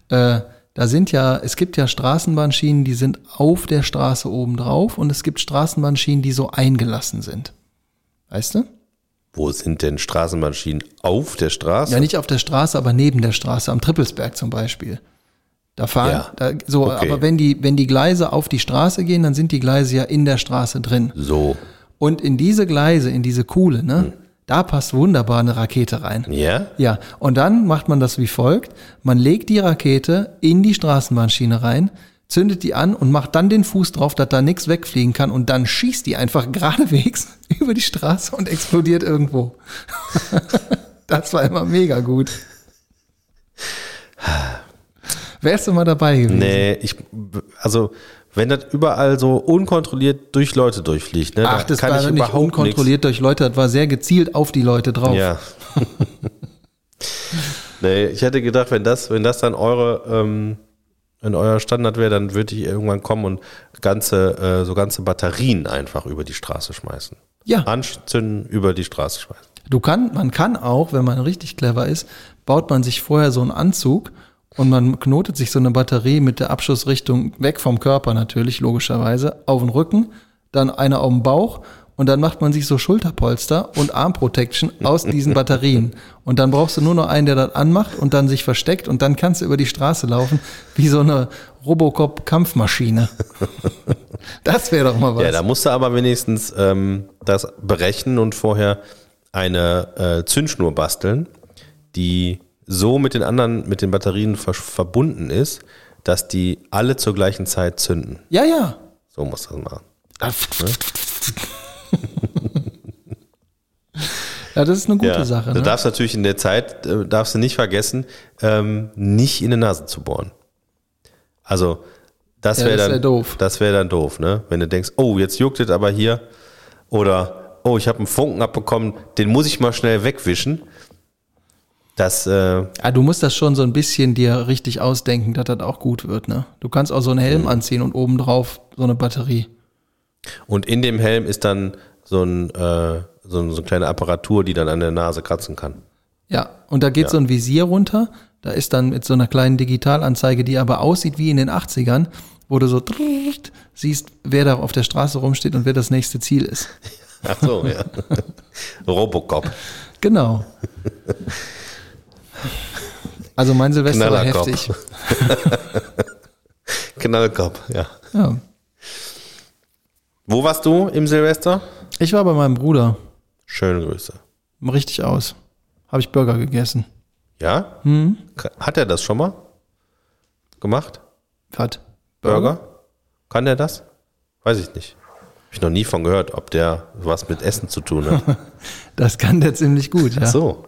Speaker 2: Äh, da sind ja, es gibt ja Straßenbahnschienen, die sind auf der Straße oben drauf und es gibt Straßenbahnschienen, die so eingelassen sind. Weißt du?
Speaker 1: Wo sind denn Straßenmaschinen auf der Straße?
Speaker 2: Ja, nicht auf der Straße, aber neben der Straße, am Trippelsberg zum Beispiel. Da fahren,
Speaker 1: Ja,
Speaker 2: da, so,
Speaker 1: okay.
Speaker 2: aber wenn die, wenn die Gleise auf die Straße gehen, dann sind die Gleise ja in der Straße drin.
Speaker 1: So.
Speaker 2: Und in diese Gleise, in diese Kuhle, ne,
Speaker 1: Hm.
Speaker 2: da passt wunderbar eine Rakete rein.
Speaker 1: Ja?
Speaker 2: Ja, und dann macht man das wie folgt. Man legt die Rakete in die Straßenbahnschiene rein, zündet die an und macht dann den Fuß drauf, dass da nichts wegfliegen kann und dann schießt die einfach geradewegs über die Straße und explodiert irgendwo. das war immer mega gut. Wärst du mal dabei gewesen?
Speaker 1: Nee, ich, also Wenn das überall so unkontrolliert durch Leute durchfliegt, ne,
Speaker 2: Ach,
Speaker 1: da
Speaker 2: das
Speaker 1: kann
Speaker 2: war
Speaker 1: ich
Speaker 2: nicht
Speaker 1: überhaupt
Speaker 2: unkontrolliert durch Leute, das war sehr gezielt auf die Leute drauf.
Speaker 1: nix. Ja. nee, ich hätte gedacht, wenn das, wenn das dann eure, ähm, wenn euer Standard wäre, dann würde ich irgendwann kommen und ganze, äh, so ganze Batterien einfach über die Straße schmeißen.
Speaker 2: Ja.
Speaker 1: Anzünden, über die Straße schmeißen.
Speaker 2: Du kann, man kann auch, wenn man richtig clever ist, baut man sich vorher so einen Anzug und man knotet sich so eine Batterie mit der Abschussrichtung weg vom Körper natürlich, logischerweise, auf den Rücken, dann eine auf den Bauch und dann macht man sich so Schulterpolster und Armprotection aus diesen Batterien. Und dann brauchst du nur noch einen, der das anmacht und dann sich versteckt und dann kannst du über die Straße laufen wie so eine Robocop-Kampfmaschine. Das wäre doch mal was.
Speaker 1: Ja, da musst du aber wenigstens ähm, das berechnen und vorher eine äh, Zündschnur basteln, die so mit den anderen, mit den Batterien ver verbunden ist, dass die alle zur gleichen Zeit zünden.
Speaker 2: ja, ja.
Speaker 1: So musst du das machen.
Speaker 2: Ja, das ist eine gute
Speaker 1: ja.
Speaker 2: Sache.
Speaker 1: Du
Speaker 2: Ne?
Speaker 1: darfst natürlich in der Zeit, äh, darfst du nicht vergessen, ähm, nicht in die Nase zu bohren. Also, das
Speaker 2: Ja,
Speaker 1: wäre
Speaker 2: das
Speaker 1: dann
Speaker 2: wär doof.
Speaker 1: Das wäre dann doof, ne? Wenn du denkst, oh, jetzt juckt es aber hier. Oder, oh, ich habe einen Funken abbekommen, den muss ich mal schnell wegwischen. Das, äh,
Speaker 2: Ah, du musst das schon so ein bisschen dir richtig ausdenken, dass das auch gut wird, ne? Du kannst auch so einen
Speaker 1: Mhm.
Speaker 2: Helm anziehen und obendrauf so eine Batterie.
Speaker 1: und in dem Helm ist dann so, ein, äh, so, ein- so eine kleine Apparatur, die dann an der Nase kratzen kann.
Speaker 2: Ja, und da geht so ein Visier runter, da ist dann mit so einer kleinen Digitalanzeige, die aber aussieht wie in den 80ern, wo du so trrrt siehst, wer da auf der Straße rumsteht und wer das nächste Ziel ist.
Speaker 1: Ach so, ja. Robocop.
Speaker 2: Genau. Also mein Silvester war
Speaker 1: Knallerkopf.
Speaker 2: heftig.
Speaker 1: Knallkopf, ja.
Speaker 2: Ja.
Speaker 1: Wo warst du im Silvester?
Speaker 2: Ich war bei meinem Bruder,
Speaker 1: Schöne Grüße.
Speaker 2: richtig aus. Habe ich Burger gegessen.
Speaker 1: Ja?
Speaker 2: Hm?
Speaker 1: Hat er das schon mal gemacht?
Speaker 2: Fat.
Speaker 1: Burger? Kann er das? Weiß ich nicht. Hab ich noch nie von gehört, ob der was mit Essen zu tun hat.
Speaker 2: Das kann der ziemlich gut, ja.
Speaker 1: Ach so.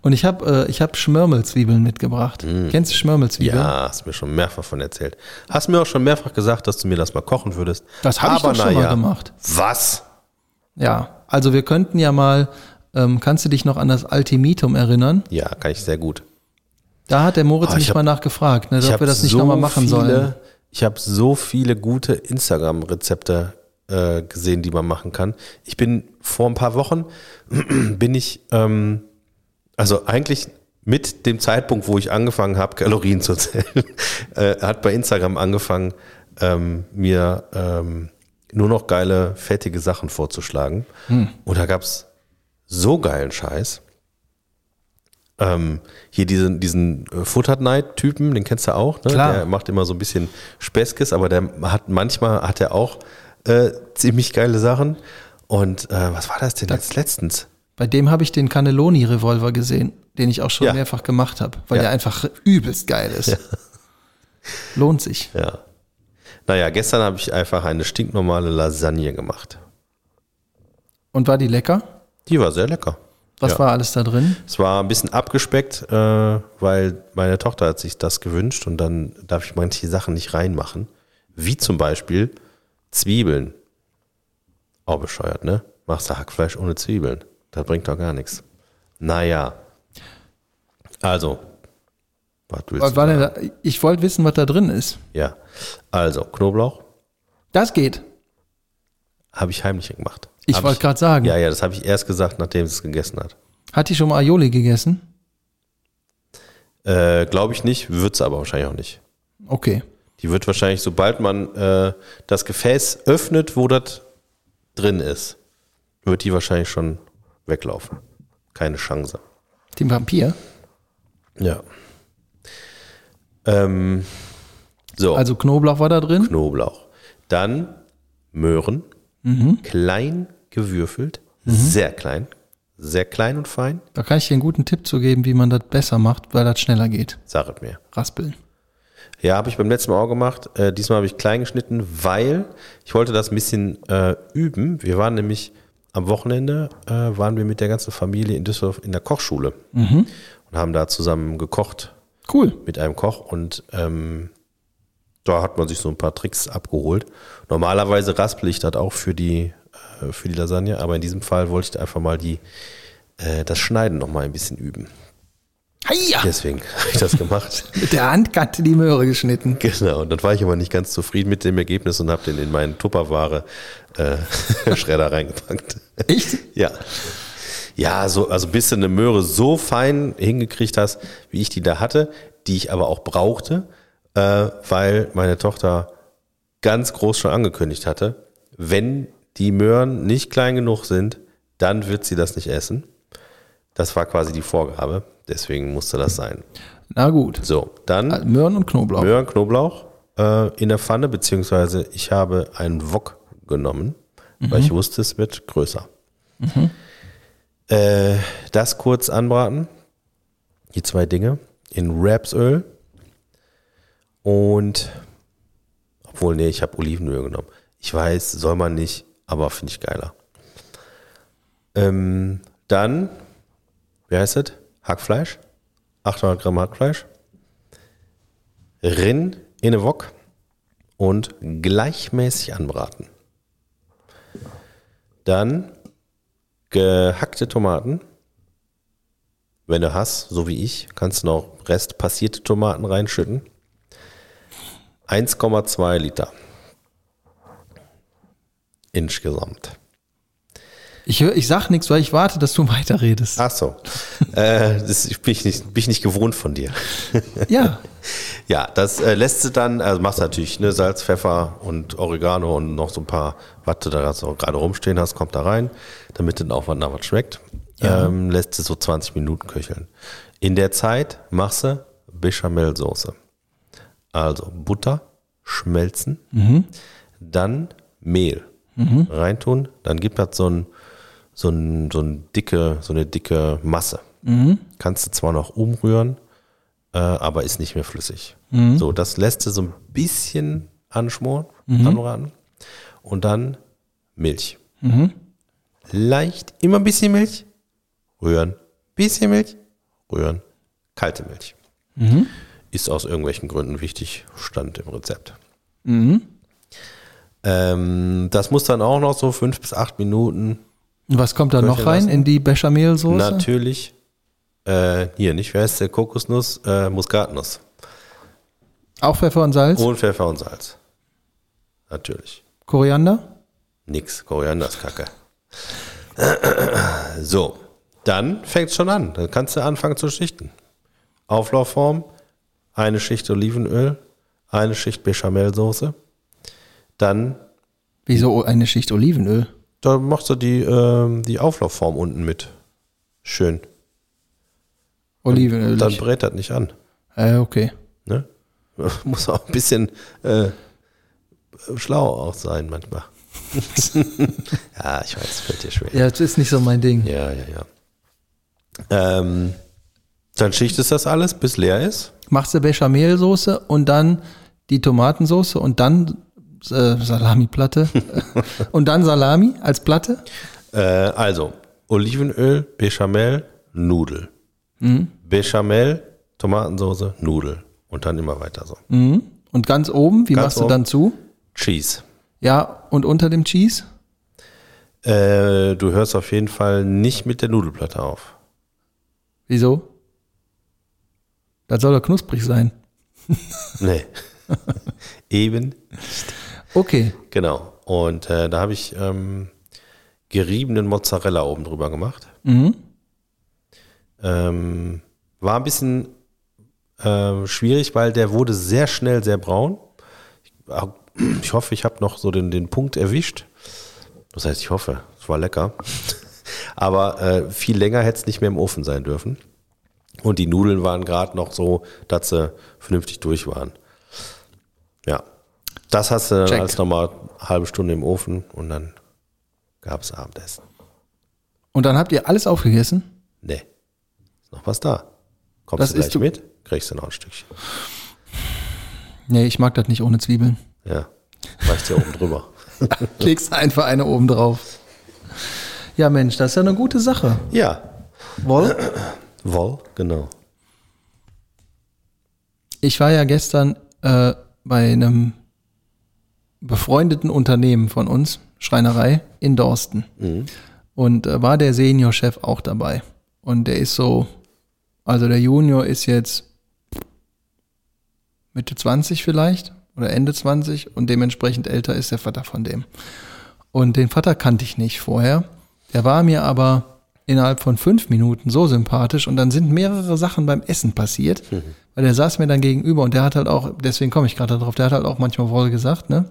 Speaker 2: Und ich habe äh, ich hab Schmörmelzwiebeln mitgebracht. Kennst du Schmörmelzwiebeln?
Speaker 1: Mm. Ja, hast mir schon mehrfach von erzählt. Hast mir auch schon mehrfach gesagt, dass du mir das mal kochen würdest.
Speaker 2: Das habe ich
Speaker 1: Aber
Speaker 2: doch
Speaker 1: na
Speaker 2: schon mal
Speaker 1: ja.
Speaker 2: gemacht.
Speaker 1: Was?
Speaker 2: Ja, also wir könnten ja mal, ähm, kannst du dich noch an das Ultimatum erinnern?
Speaker 1: Ja, kann ich sehr gut.
Speaker 2: Da hat der Moritz
Speaker 1: Ah, ich
Speaker 2: mich
Speaker 1: hab-
Speaker 2: mal nachgefragt, ne,
Speaker 1: Ich
Speaker 2: ob
Speaker 1: habe
Speaker 2: wir das nicht
Speaker 1: so
Speaker 2: nochmal
Speaker 1: viele,
Speaker 2: machen sollen.
Speaker 1: Ich habe so viele gute Instagram-Rezepte äh, gesehen, die man machen kann. Ich bin vor ein paar Wochen bin ich ähm, also eigentlich mit dem Zeitpunkt, wo ich angefangen habe, Kalorien zu zählen, äh, hat bei Instagram angefangen, ähm, mir ähm, nur noch geile, fettige Sachen vorzuschlagen.
Speaker 2: Hm.
Speaker 1: Und da gab's so geilen Scheiß. Ähm, hier diesen, diesen äh, Foot Night Typen, den kennst du auch, ne?
Speaker 2: Klar.
Speaker 1: Der macht immer so ein bisschen Speskes, aber der hat manchmal hat er auch äh, ziemlich geile Sachen. Und äh, was war das denn jetzt letztens?
Speaker 2: Bei dem habe ich den Cannelloni-Revolver gesehen, den ich auch schon
Speaker 1: Ja.
Speaker 2: mehrfach gemacht habe, weil
Speaker 1: Ja.
Speaker 2: der einfach übelst geil ist. Lohnt sich.
Speaker 1: Ja. Naja, gestern habe ich einfach eine stinknormale Lasagne gemacht.
Speaker 2: Und war die lecker?
Speaker 1: Die war sehr lecker.
Speaker 2: Was
Speaker 1: Ja.
Speaker 2: war alles da drin?
Speaker 1: Es war ein bisschen abgespeckt, äh, weil meine Tochter hat sich das gewünscht und dann darf ich manche Sachen nicht reinmachen. Wie zum Beispiel Zwiebeln. Auch bescheuert, ne? Machst du Hackfleisch ohne Zwiebeln. Das bringt doch gar nichts. Naja. Also. Was willst
Speaker 2: Was
Speaker 1: du?
Speaker 2: war denn da? Ich wollte wissen, was da drin ist.
Speaker 1: Ja. Also, Knoblauch
Speaker 2: Das geht.
Speaker 1: habe ich heimlich gemacht.
Speaker 2: Ich
Speaker 1: Hab
Speaker 2: wollte gerade sagen.
Speaker 1: Ja, ja, das habe ich erst gesagt, nachdem sie es gegessen hat.
Speaker 2: Hat die schon mal Aioli gegessen?
Speaker 1: Äh, Glaube ich nicht, wird sie aber wahrscheinlich auch nicht.
Speaker 2: Okay.
Speaker 1: Die wird wahrscheinlich, sobald man äh, das Gefäß öffnet, wo das drin ist, wird die wahrscheinlich schon weglaufen. Keine Chance.
Speaker 2: Den Vampir?
Speaker 1: Ja. Ähm, so,
Speaker 2: Also Knoblauch war da drin.
Speaker 1: Oh. Knoblauch. Dann Möhren, klein gewürfelt, sehr klein, sehr klein und fein,
Speaker 2: Da kann ich dir einen guten Tipp zu geben, wie man das besser macht, weil das schneller geht.
Speaker 1: sag es mir.
Speaker 2: Raspeln.
Speaker 1: Ja, habe ich beim letzten Mal auch gemacht. Äh, diesmal habe ich klein geschnitten, weil ich wollte das ein bisschen äh, üben. Wir waren nämlich am Wochenende, äh, waren wir mit der ganzen Familie in Düsseldorf in der Kochschule und haben da zusammen gekocht
Speaker 2: Cool.
Speaker 1: mit einem Koch und ähm, da hat man sich so ein paar Tricks abgeholt. Normalerweise raspel ich das auch für die, äh, für die Lasagne, aber in diesem Fall wollte ich einfach mal die, äh, das Schneiden noch mal ein bisschen üben.
Speaker 2: Heia!
Speaker 1: Deswegen habe ich das gemacht.
Speaker 2: Mit der Handkante die Möhre geschnitten.
Speaker 1: genau, und dann war ich aber nicht ganz zufrieden mit dem Ergebnis und habe den in meinen Tupperware äh, Schredder reingepackt.
Speaker 2: Echt?
Speaker 1: Ja. Ja, so, also bis du eine Möhre so fein hingekriegt hast, wie ich die da hatte, die ich aber auch brauchte, äh, weil meine Tochter ganz groß schon angekündigt hatte, wenn die Möhren nicht klein genug sind, dann wird sie das nicht essen. Das war quasi die Vorgabe, deswegen musste das sein.
Speaker 2: Na gut.
Speaker 1: So, dann
Speaker 2: Möhren und Knoblauch.
Speaker 1: Möhren, Knoblauch äh, in der Pfanne, beziehungsweise ich habe einen Wok genommen, weil ich wusste, es wird größer. Mhm. Äh, das kurz anbraten, die zwei Dinge, in Rapsöl und, obwohl, nee, ich habe Olivenöl genommen. Ich weiß, soll man nicht, aber finde ich geiler. Ähm, dann, wie heißt das? Hackfleisch, 800 Gramm Hackfleisch, Rinn in eine Wok und gleichmäßig anbraten. Dann gehackte Tomaten. Wenn du hast, so wie ich, kannst du noch Rest passierte Tomaten reinschütten. 1,2 Liter. Insgesamt.
Speaker 2: Ich, hör- ich sag nichts, weil ich warte, dass du weiterredest.
Speaker 1: Ach so. äh, das bin ich, nicht, bin ich nicht gewohnt von dir.
Speaker 2: Ja.
Speaker 1: Ja, das äh, lässt du dann, also machst du natürlich ne, Salz, Pfeffer und Oregano und noch so ein paar, was du da gerade so- gerade rumstehen hast, kommt da rein, damit dann auch was nach was schmeckt. Ähm, lässt es so 20 Minuten köcheln. In der Zeit machst du Bechamelsoße. Also Butter schmelzen, dann Mehl reintun, dann gibt das so ein, so ein, so ein dicke, so eine dicke Masse. Kannst du zwar noch umrühren, äh, aber ist nicht mehr flüssig. So, das lässt du so ein bisschen anschmoren, anbraten. Und dann Milch. Leicht, immer ein bisschen Milch, rühren. Bisschen Milch, rühren. Kalte Milch. Ist aus irgendwelchen Gründen wichtig, stand im Rezept. Ähm, das muss dann auch noch so fünf bis acht Minuten
Speaker 2: Und was kommt da noch
Speaker 1: Köcheln
Speaker 2: rein
Speaker 1: lassen.
Speaker 2: in die Bechamelsoße?
Speaker 1: Natürlich. Äh, hier, nicht, wer heißt der Kokosnuss? Äh, Muskatnuss.
Speaker 2: Auch Pfeffer und Salz?
Speaker 1: Und Pfeffer und Salz. Natürlich.
Speaker 2: Koriander?
Speaker 1: Nix. Koriander ist kacke. So, dann fängt schon an. Dann kannst du anfangen zu schichten. Auflaufform, eine Schicht Olivenöl, eine Schicht Bechamelsoße. Dann,
Speaker 2: Wieso eine Schicht Olivenöl?
Speaker 1: da machst du die, ähm, die Auflaufform unten mit. Schön.
Speaker 2: Olivenöl.
Speaker 1: Dann brät das nicht an.
Speaker 2: Äh, okay.
Speaker 1: Ne? Muss auch ein bisschen äh, schlau auch sein manchmal. ja, ich weiß, fällt dir schwer.
Speaker 2: Ja, das ist nicht so mein Ding.
Speaker 1: Ja, ja, ja. Ähm, dann schichtest das alles, bis leer ist.
Speaker 2: Machst du Bechamelsoße und dann die Tomatensoße und dann äh, Salamiplatte und dann Salami als Platte?
Speaker 1: Äh, also, Olivenöl, Bechamel, Nudel. Bechamel, Tomatensauce, Nudel. Und dann immer weiter so.
Speaker 2: Mhm. Und ganz oben, wie
Speaker 1: Ganz
Speaker 2: machst
Speaker 1: oben.
Speaker 2: du dann zu?
Speaker 1: Cheese.
Speaker 2: Ja, und unter dem Cheese?
Speaker 1: Äh, du hörst auf jeden Fall nicht mit der Nudelplatte auf.
Speaker 2: Wieso? Das soll doch knusprig sein.
Speaker 1: Nee. Eben
Speaker 2: Okay.
Speaker 1: Genau. Und äh, da habe ich ähm, geriebenen Mozzarella oben drüber gemacht. Ähm, war ein bisschen ähm, schwierig, weil der wurde sehr schnell sehr braun. Ich, ah, ich hoffe, ich habe noch so den, den Punkt erwischt. Das heißt, ich hoffe, es war lecker. Aber äh, viel länger hätte es nicht mehr im Ofen sein dürfen. Und die Nudeln waren gerade noch so, dass sie vernünftig durch waren. Ja. Das hast du dann
Speaker 2: Check.
Speaker 1: als nochmal eine halbe Stunde im Ofen und dann gab es Abendessen.
Speaker 2: Und dann habt ihr alles aufgegessen?
Speaker 1: Nee. Ist noch was da. Kommst
Speaker 2: Das
Speaker 1: du gleich
Speaker 2: isst du-
Speaker 1: mit? Kriegst du noch ein Stückchen.
Speaker 2: Nee, ich mag das nicht ohne Zwiebeln.
Speaker 1: Ja. Reicht ja oben drüber.
Speaker 2: Legst einfach eine oben drauf. Ja, Mensch, das ist ja eine gute Sache.
Speaker 1: Ja.
Speaker 2: Woll?
Speaker 1: Woll, genau.
Speaker 2: Ich war ja gestern äh, bei einem befreundeten Unternehmen von uns, Schreinerei, in Dorsten. Und äh, war der Seniorchef auch dabei. Und der ist so, also der Junior ist jetzt Mitte 20 vielleicht oder Ende 20 und dementsprechend älter ist der Vater von dem. Und den Vater kannte ich nicht vorher. Der war mir aber innerhalb von fünf Minuten so sympathisch und dann sind mehrere Sachen beim Essen passiert, weil der saß mir dann gegenüber und der hat halt auch, deswegen komme ich gerade darauf, der hat halt auch manchmal wohl gesagt, ne?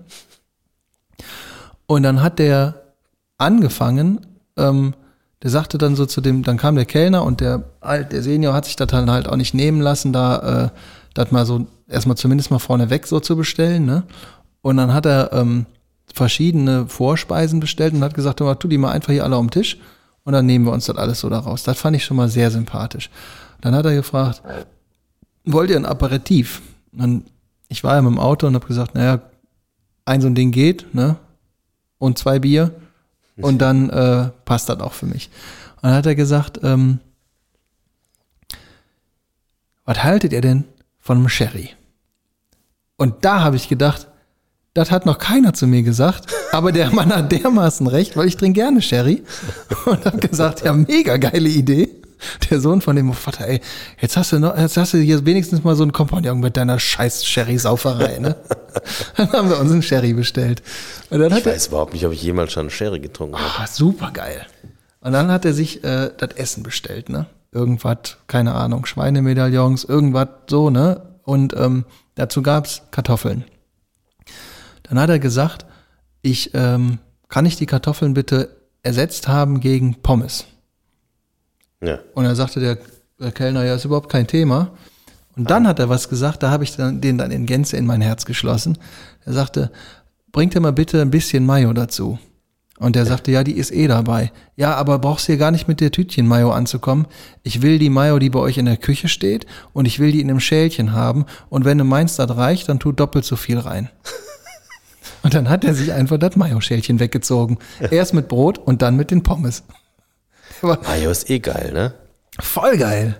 Speaker 2: Und dann hat der angefangen, ähm, der sagte dann so zu dem, dann kam der Kellner und der alt, der Senior hat sich das dann halt auch nicht nehmen lassen, da äh, das mal so erstmal zumindest mal vorneweg so zu bestellen, ne? Und dann hat er ähm, verschiedene Vorspeisen bestellt und hat gesagt, "Hör mal, tu die mal einfach hier alle am Tisch und dann nehmen wir uns das alles so daraus. Das fand ich schon mal sehr sympathisch. Dann hat er gefragt, wollt ihr ein Aperitif? Und dann, ich war ja mit dem Auto und habe gesagt, naja, ein so ein Ding geht, ne? Und zwei Bier. Und dann äh, passt das auch für mich. Und dann hat er gesagt, ähm, was haltet ihr denn von einem Sherry? Und da habe ich gedacht, das hat noch keiner zu mir gesagt, aber der Mann hat dermaßen recht, weil ich trinke gerne Sherry. Und habe gesagt, ja, mega geile Idee. Der Sohn von dem "Oh, Vater, ey, jetzt hast du noch, jetzt hast du hier wenigstens mal so einen Kompagnon mit deiner scheiß Sherry-Sauferei, ne? Dann haben wir uns einen Sherry bestellt. Und dann hat
Speaker 1: Ich
Speaker 2: er-
Speaker 1: weiß überhaupt nicht, ob ich jemals schon Sherry getrunken habe.
Speaker 2: Ah, super geil. Und dann hat er sich äh, das Essen bestellt, ne? Irgendwas, keine Ahnung, Schweinemedaillons, irgendwas so, ne? Und ähm, dazu gab's Kartoffeln. Dann hat er gesagt, ich ähm, kann ich die Kartoffeln bitte ersetzt haben gegen Pommes.
Speaker 1: Ja.
Speaker 2: Und dann sagte der, der Kellner, ja, ist überhaupt kein Thema. Und dann hat er was gesagt, da habe ich dann, den dann in Gänze in mein Herz geschlossen. Er sagte, bringt dir mal bitte ein bisschen Mayo dazu. Und der sagte, ja, die ist eh dabei. Ja, aber brauchst hier gar nicht mit der Tütchen Mayo anzukommen. Ich will die Mayo, die bei euch in der Küche steht, und ich will die in einem Schälchen haben. Und wenn du meinst, das reicht, dann tu doppelt so viel rein. Und dann hat er sich einfach das Mayo-Schälchen weggezogen. Erst mit Brot und dann mit den Pommes. Der war
Speaker 1: Mayo ist eh geil, ne?
Speaker 2: Voll geil.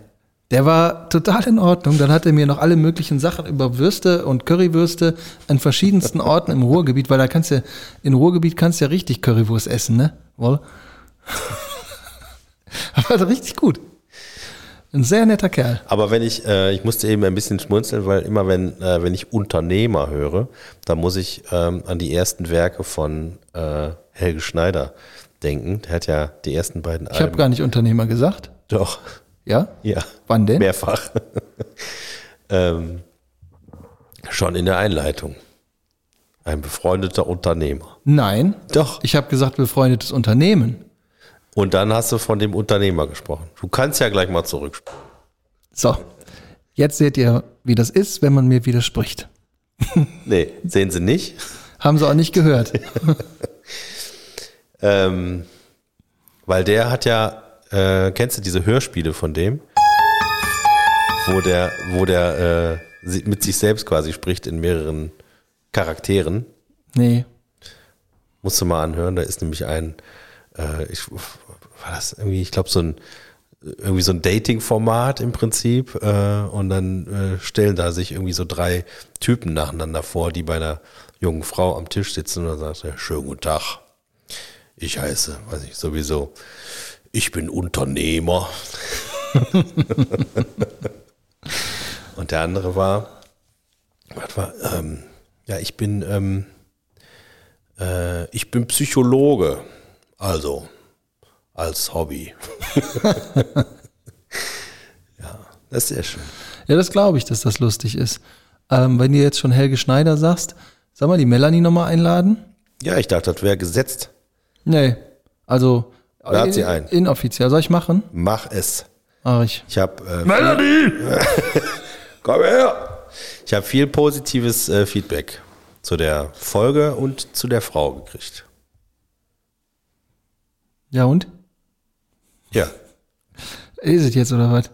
Speaker 2: Der war total in Ordnung. Dann hat er mir noch alle möglichen Sachen über Würste und Currywürste an verschiedensten Orten im Ruhrgebiet, weil da kannst du, in Ruhrgebiet kannst du ja richtig Currywurst essen, ne? Woll? Aber richtig gut. Ein sehr netter Kerl.
Speaker 1: Aber wenn ich, äh, ich musste eben ein bisschen schmunzeln, weil immer wenn, äh, wenn ich Unternehmer höre, dann muss ich ähm, an die ersten Werke von äh, Helge Schneider denken. Der hat ja die ersten beiden
Speaker 2: Ich habe gar nicht Unternehmer gesagt.
Speaker 1: Doch,
Speaker 2: Ja?
Speaker 1: ja.
Speaker 2: Wann denn?
Speaker 1: Mehrfach. ähm, schon in der Einleitung. Ein befreundeter Unternehmer.
Speaker 2: Nein.
Speaker 1: Doch.
Speaker 2: Ich habe gesagt, befreundetes Unternehmen.
Speaker 1: Und dann hast du von dem Unternehmer gesprochen. Du kannst ja gleich mal zurücksprechen.
Speaker 2: So. Jetzt seht ihr, wie das ist, wenn man mir widerspricht.
Speaker 1: Nee, sehen Sie nicht.
Speaker 2: Haben sie auch nicht gehört.
Speaker 1: Ähm, weil der hat ja, äh, kennst du diese Hörspiele von dem? Wo der, wo der äh, si- mit sich selbst quasi spricht in mehreren Charakteren.
Speaker 2: Nee.
Speaker 1: Musst du mal anhören, da ist nämlich ein, äh, ich, war das irgendwie, ich glaube, so ein irgendwie so ein Dating-Format im Prinzip äh, und dann äh, stellen da sich irgendwie so drei Typen nacheinander vor, die bei einer jungen Frau am Tisch sitzen und dann sagt er, schönen guten Tag, ich heiße, weiß ich sowieso, ich bin Unternehmer. und der andere war, was war, ähm, ja, ich bin, ähm, äh, ich bin Psychologe, also als Hobby. ja, das ist sehr schön.
Speaker 2: Ja, das glaube ich, dass das lustig ist. Ähm, wenn du jetzt schon Helge Schneider sagst, sag mal, die Melanie nochmal einladen?
Speaker 1: Ja, ich dachte, das wäre gesetzt.
Speaker 2: Nee. Also.
Speaker 1: Lad
Speaker 2: in-
Speaker 1: sie ein.
Speaker 2: Inoffiziell. Soll ich machen?
Speaker 1: Mach es.
Speaker 2: Mach ich.
Speaker 1: Ich habe äh, Melanie, komm her. Ich habe viel positives äh, Feedback zu der Folge und zu der Frau gekriegt.
Speaker 2: Ja und?
Speaker 1: Ja,
Speaker 2: Ist es jetzt oder was?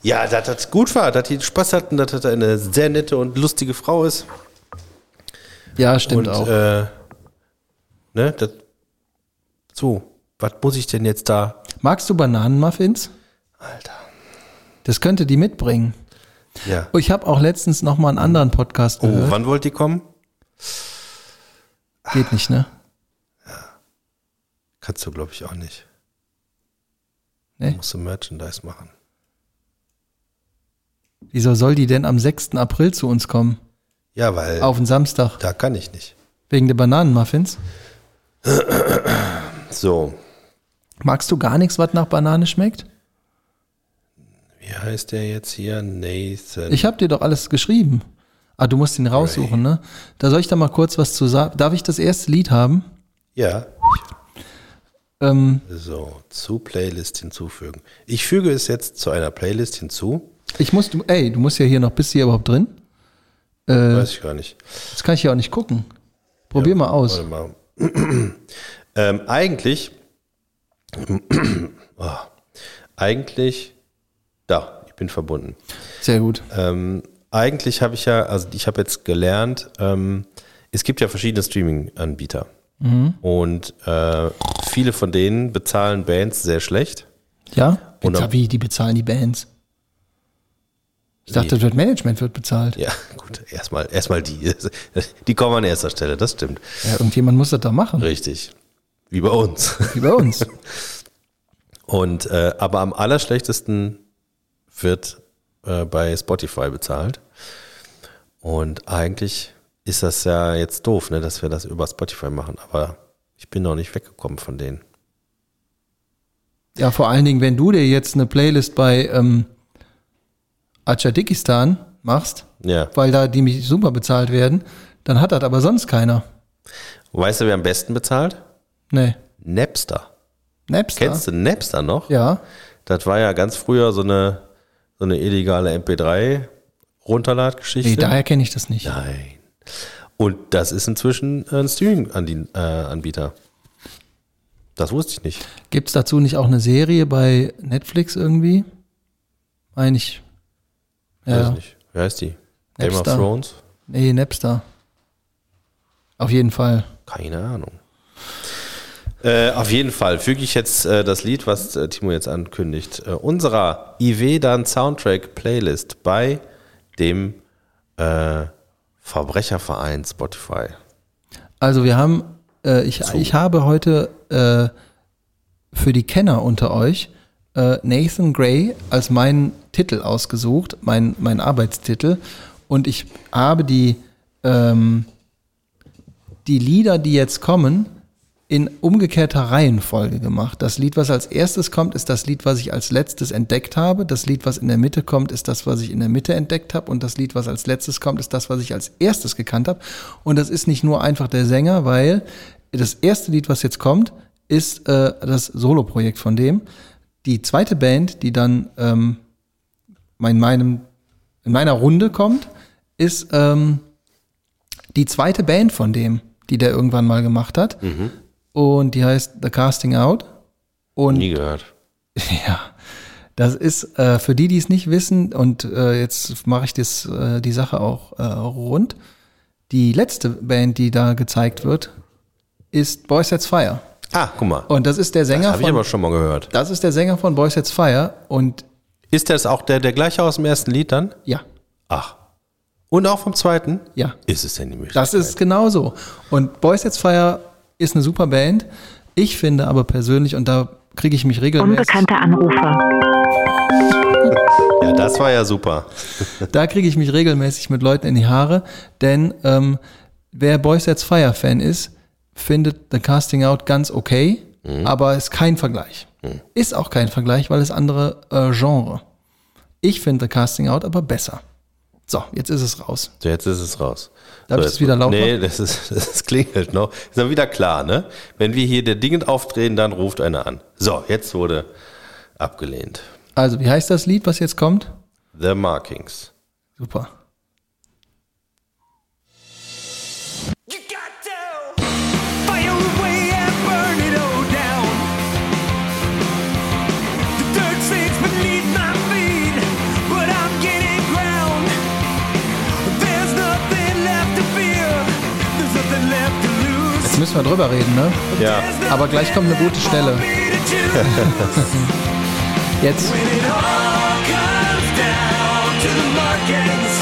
Speaker 1: ja, dass das gut war, dass die Spaß hatten, dass das eine sehr nette und lustige Frau ist.
Speaker 2: Ja, stimmt
Speaker 1: Und
Speaker 2: auch.
Speaker 1: äh, ne, das, so, was muss ich denn jetzt da?
Speaker 2: Magst du Bananenmuffins?
Speaker 1: Alter.
Speaker 2: Das könnte die mitbringen. Oh,
Speaker 1: Ja.
Speaker 2: Ich habe auch letztens noch mal einen anderen Podcast
Speaker 1: Oh,
Speaker 2: gehört.
Speaker 1: wann wollt ihr kommen?
Speaker 2: Geht nicht, ne?
Speaker 1: Kannst du, glaube ich, auch nicht.
Speaker 2: Nee.
Speaker 1: Musst du Merchandise machen.
Speaker 2: Wieso soll die denn am 6. April zu uns kommen?
Speaker 1: Ja, weil
Speaker 2: Auf den Samstag.
Speaker 1: da kann ich nicht.
Speaker 2: Wegen der Bananenmuffins?
Speaker 1: So,
Speaker 2: Magst du gar nichts, was nach Banane schmeckt?
Speaker 1: wie heißt der jetzt hier? Nathan.
Speaker 2: Ich habe dir doch alles geschrieben. Ah, du musst ihn raussuchen, ne? Da soll ich da mal kurz was zu sagen. Darf ich das erste Lied haben?
Speaker 1: ja,
Speaker 2: Ähm,
Speaker 1: so, zu Playlist hinzufügen. Ich füge es jetzt zu einer Playlist hinzu.
Speaker 2: ich muss, du, ey, du musst ja hier noch, bist du hier überhaupt drin? Äh,
Speaker 1: Weiß ich gar nicht.
Speaker 2: das kann ich ja auch nicht gucken. Probier mal aus.
Speaker 1: Warte mal. ähm, eigentlich, oh, eigentlich, da, ich bin verbunden.
Speaker 2: Sehr gut.
Speaker 1: Ähm, eigentlich habe ich ja, also ich habe jetzt gelernt, ähm, es gibt ja verschiedene Streaming-Anbieter. Und äh, viele von denen bezahlen Bands sehr schlecht.
Speaker 2: Ja?
Speaker 1: Und
Speaker 2: Pizza,
Speaker 1: am-
Speaker 2: wie, die bezahlen die Bands. Ich dachte, das Management wird bezahlt.
Speaker 1: Ja, gut, erstmal erstmal die. Die kommen an erster Stelle, das stimmt.
Speaker 2: Ja, irgendjemand muss das da machen,
Speaker 1: Richtig. Wie bei uns.
Speaker 2: wie bei uns.
Speaker 1: Und äh, aber am allerschlechtesten wird äh, bei Spotify bezahlt. Und eigentlich ist das ja jetzt doof, ne, dass wir das über Spotify machen, aber ich bin noch nicht weggekommen von denen.
Speaker 2: Ja, vor allen Dingen, wenn du dir jetzt eine Playlist bei ähm, Adschadikistan machst,
Speaker 1: Ja.
Speaker 2: weil da die mich super bezahlt werden, dann hat das aber sonst keiner.
Speaker 1: Weißt du, wer am besten bezahlt?
Speaker 2: Nee.
Speaker 1: Napster.
Speaker 2: Napster?
Speaker 1: Kennst du Napster noch?
Speaker 2: Ja.
Speaker 1: Das war ja ganz früher so eine, so eine illegale MP3-Runterladgeschichte.
Speaker 2: Nee, daher kenne ich das nicht.
Speaker 1: Nein. Und das ist inzwischen ein Streaming-Anbieter. Das wusste ich nicht.
Speaker 2: Gibt es dazu nicht auch eine Serie bei Netflix irgendwie? Meine ich.
Speaker 1: Weiß
Speaker 2: Ja.
Speaker 1: nicht. Wie heißt die? Game of
Speaker 2: Napster.
Speaker 1: Thrones?
Speaker 2: Nee, Napster. Auf jeden Fall.
Speaker 1: Keine Ahnung. Äh, auf jeden Fall füge ich jetzt äh, das Lied, was äh, Timo jetzt ankündigt, äh, unserer Ivedan Soundtrack Playlist bei dem äh, Verbrecherverein Spotify.
Speaker 2: Also wir haben, äh, ich, ich habe heute äh, für die Kenner unter euch äh, Nathan Gray als meinen Titel ausgesucht, mein, mein Arbeitstitel. Und ich habe die, ähm, die Lieder, die jetzt kommen, in umgekehrter Reihenfolge gemacht. Das Lied, was als erstes kommt, ist das Lied, was ich als letztes entdeckt habe. Das Lied, was in der Mitte kommt, ist das, was ich in der Mitte entdeckt habe. Und das Lied, was als letztes kommt, ist das, was ich als erstes gekannt habe. Und das ist nicht nur einfach der Sänger, weil das erste Lied, was jetzt kommt, ist äh, das Soloprojekt von dem. Die zweite Band, die dann ähm, in, meinem, in meiner Runde kommt, ist ähm, die zweite Band von dem, die der irgendwann mal gemacht hat.
Speaker 1: Mhm.
Speaker 2: Und die heißt The Casting Out. Und
Speaker 1: Nie gehört.
Speaker 2: ja, das ist äh, für die, die es nicht wissen, und äh, jetzt mache ich das, äh, die Sache auch äh, rund. Die letzte Band, die da gezeigt wird, ist Boy Sets Fire.
Speaker 1: Ah, guck mal.
Speaker 2: Und das ist der Sänger
Speaker 1: Habe ich
Speaker 2: von
Speaker 1: aber schon mal gehört.
Speaker 2: das ist der Sänger von Boy Sets Fire und
Speaker 1: Ist das auch der, der gleiche aus dem ersten Lied dann?
Speaker 2: ja,
Speaker 1: Ach. Und auch vom zweiten?
Speaker 2: ja.
Speaker 1: Ist es denn die Möglichkeit?
Speaker 2: Das ist genauso. Und Boys Sets Fire ist eine super Band. Ich finde aber persönlich, und da kriege ich mich regelmäßig
Speaker 3: Unbekannter Anrufer.
Speaker 1: ja, das war ja super.
Speaker 2: da kriege ich mich regelmäßig mit Leuten in die Haare, denn ähm, wer Boys That's Fire Fan ist, findet The Casting Out ganz okay, aber ist kein Vergleich. Ist auch kein Vergleich, weil es andere äh, Genre. Ich finde The Casting Out aber besser. So, jetzt ist es raus.
Speaker 1: So, jetzt ist es raus.
Speaker 2: Darf
Speaker 1: so,
Speaker 2: ich es
Speaker 1: jetzt-
Speaker 2: wieder laut
Speaker 1: Nee, das, ist, das klingelt noch. Ist dann wieder klar, ne? Wenn wir hier der Dingend aufdrehen, dann ruft einer an. So, jetzt wurde abgelehnt.
Speaker 2: Also, wie heißt das Lied, was jetzt kommt?
Speaker 1: The Markings.
Speaker 2: Super.
Speaker 4: You got to fire away and burn it all down. The dirt seeps beneath my feet, but I'm getting ground. There's nothing left to fear. There's nothing left to lose.
Speaker 2: Jetzt müssen wir drüber reden, ne?
Speaker 1: Ja.
Speaker 4: There's
Speaker 2: aber gleich kommt eine gute
Speaker 4: nothing
Speaker 2: Stelle.
Speaker 4: for me to choose.
Speaker 2: Jetzt.
Speaker 4: When it all comes down to the markets,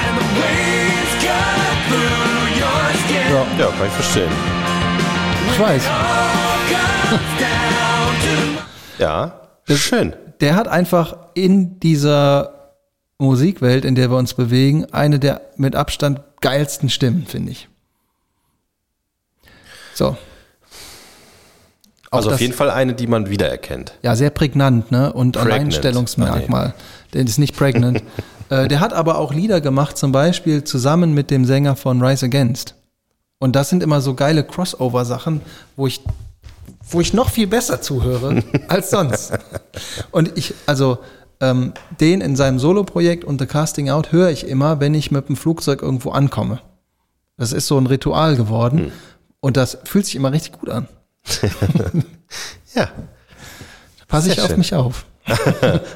Speaker 4: and the waves cut through your skin.
Speaker 1: Ja, kann ich verstehen.
Speaker 2: Ich weiß.
Speaker 4: All comes down to the
Speaker 1: Ja, schön.
Speaker 2: Der hat einfach in dieser Musikwelt, in der wir uns bewegen, eine der mit Abstand geilsten Stimmen, finde ich. So. Auch
Speaker 1: Also auf
Speaker 2: das-
Speaker 1: jeden Fall eine, die man wiedererkennt.
Speaker 2: Ja, sehr prägnant, ne? Und
Speaker 1: Pregnant. Ah,
Speaker 2: Alleinstellungsmerkmal. Der ist nicht pregnant. äh, der hat aber auch Lieder gemacht, zum Beispiel zusammen mit dem Sänger von Rise Against. Und das sind immer so geile Crossover-Sachen, wo ich, wo ich noch viel besser zuhöre als sonst. Und ich, also ähm, den in seinem Solo-Projekt und The Casting Out höre ich immer, wenn ich mit dem Flugzeug irgendwo ankomme. Das ist so ein Ritual geworden.
Speaker 1: Hm.
Speaker 2: Und das fühlt sich immer richtig gut an.
Speaker 1: Ja.
Speaker 2: Passe ich
Speaker 1: Sehr
Speaker 2: auf
Speaker 1: schön.
Speaker 2: mich auf.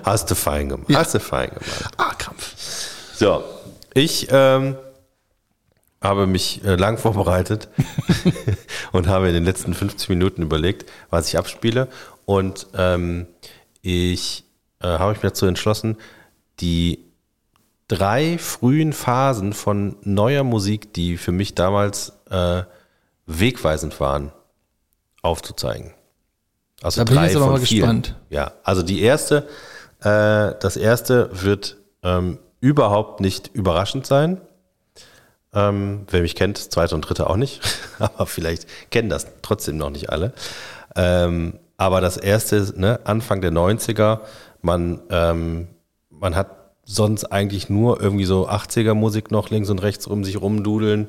Speaker 1: Hast du fein gemacht. Hast du fein gemacht.
Speaker 2: Ah, Kampf.
Speaker 1: So, ich ähm, habe mich äh, lang vorbereitet und habe in den letzten 50 Minuten überlegt, was ich abspiele. Und ähm, ich äh, habe mich dazu entschlossen, die drei frühen Phasen von neuer Musik, die für mich damals äh, wegweisend waren, aufzuzeigen. Also
Speaker 2: Da bin ich jetzt aber mal gespannt.
Speaker 1: Ja, also die erste, äh, das erste wird ähm, überhaupt nicht überraschend sein. Ähm, wer mich kennt, das zweite und dritte auch nicht, aber vielleicht kennen das trotzdem noch nicht alle. Ähm, aber das erste ist, ne, Anfang der 90er, man, ähm, man hat sonst eigentlich nur irgendwie so 80er Musik noch links und rechts um sich rumdudeln.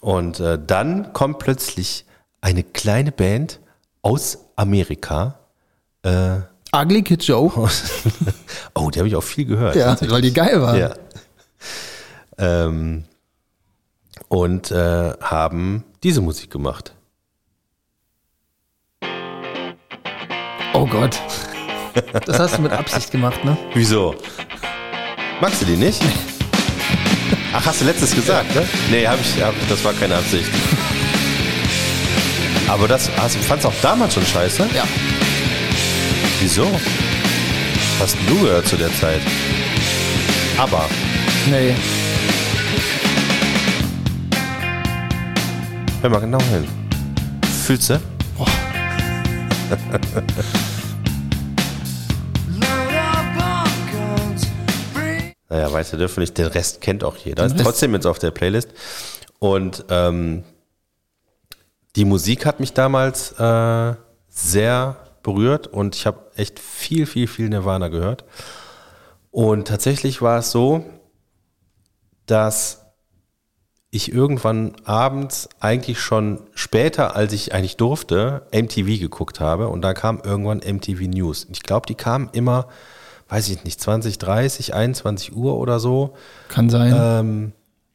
Speaker 1: Und äh, dann kommt plötzlich eine kleine Band aus Amerika.
Speaker 2: Ugly Kid Joe.
Speaker 1: Oh, die habe ich auch viel gehört.
Speaker 2: Ja, weil die geil war.
Speaker 1: Ja. Ähm, und äh, haben diese Musik gemacht.
Speaker 2: Oh Gott. Das hast du mit Absicht gemacht, ne?
Speaker 1: Wieso? Magst du die nicht? Ach, hast du letztes gesagt, ne? Nee, hab ich, hab, das war keine Absicht. Aber das hast, fandst du auch damals schon scheiße?
Speaker 2: Ja.
Speaker 1: Wieso? Was hast du gehört zu der Zeit? Aber,
Speaker 2: Nee.
Speaker 1: hör mal genau hin. Fühlst du?
Speaker 4: load up on guns, bring
Speaker 1: Naja, weiter dürfen nicht. Den Rest kennt auch jeder. Ist
Speaker 2: Rest-
Speaker 1: trotzdem jetzt auf der Playlist. Und ähm, die Musik hat mich damals äh, sehr berührt und ich habe echt viel, viel, viel Nirvana gehört. Und tatsächlich war es so, dass ich irgendwann abends eigentlich schon später, als ich eigentlich durfte, MTV geguckt habe und da kam irgendwann MTV News. Ich glaube, die kamen immer, weiß ich nicht, 20, 30, 21 Uhr oder so.
Speaker 2: Kann sein.
Speaker 1: Ähm,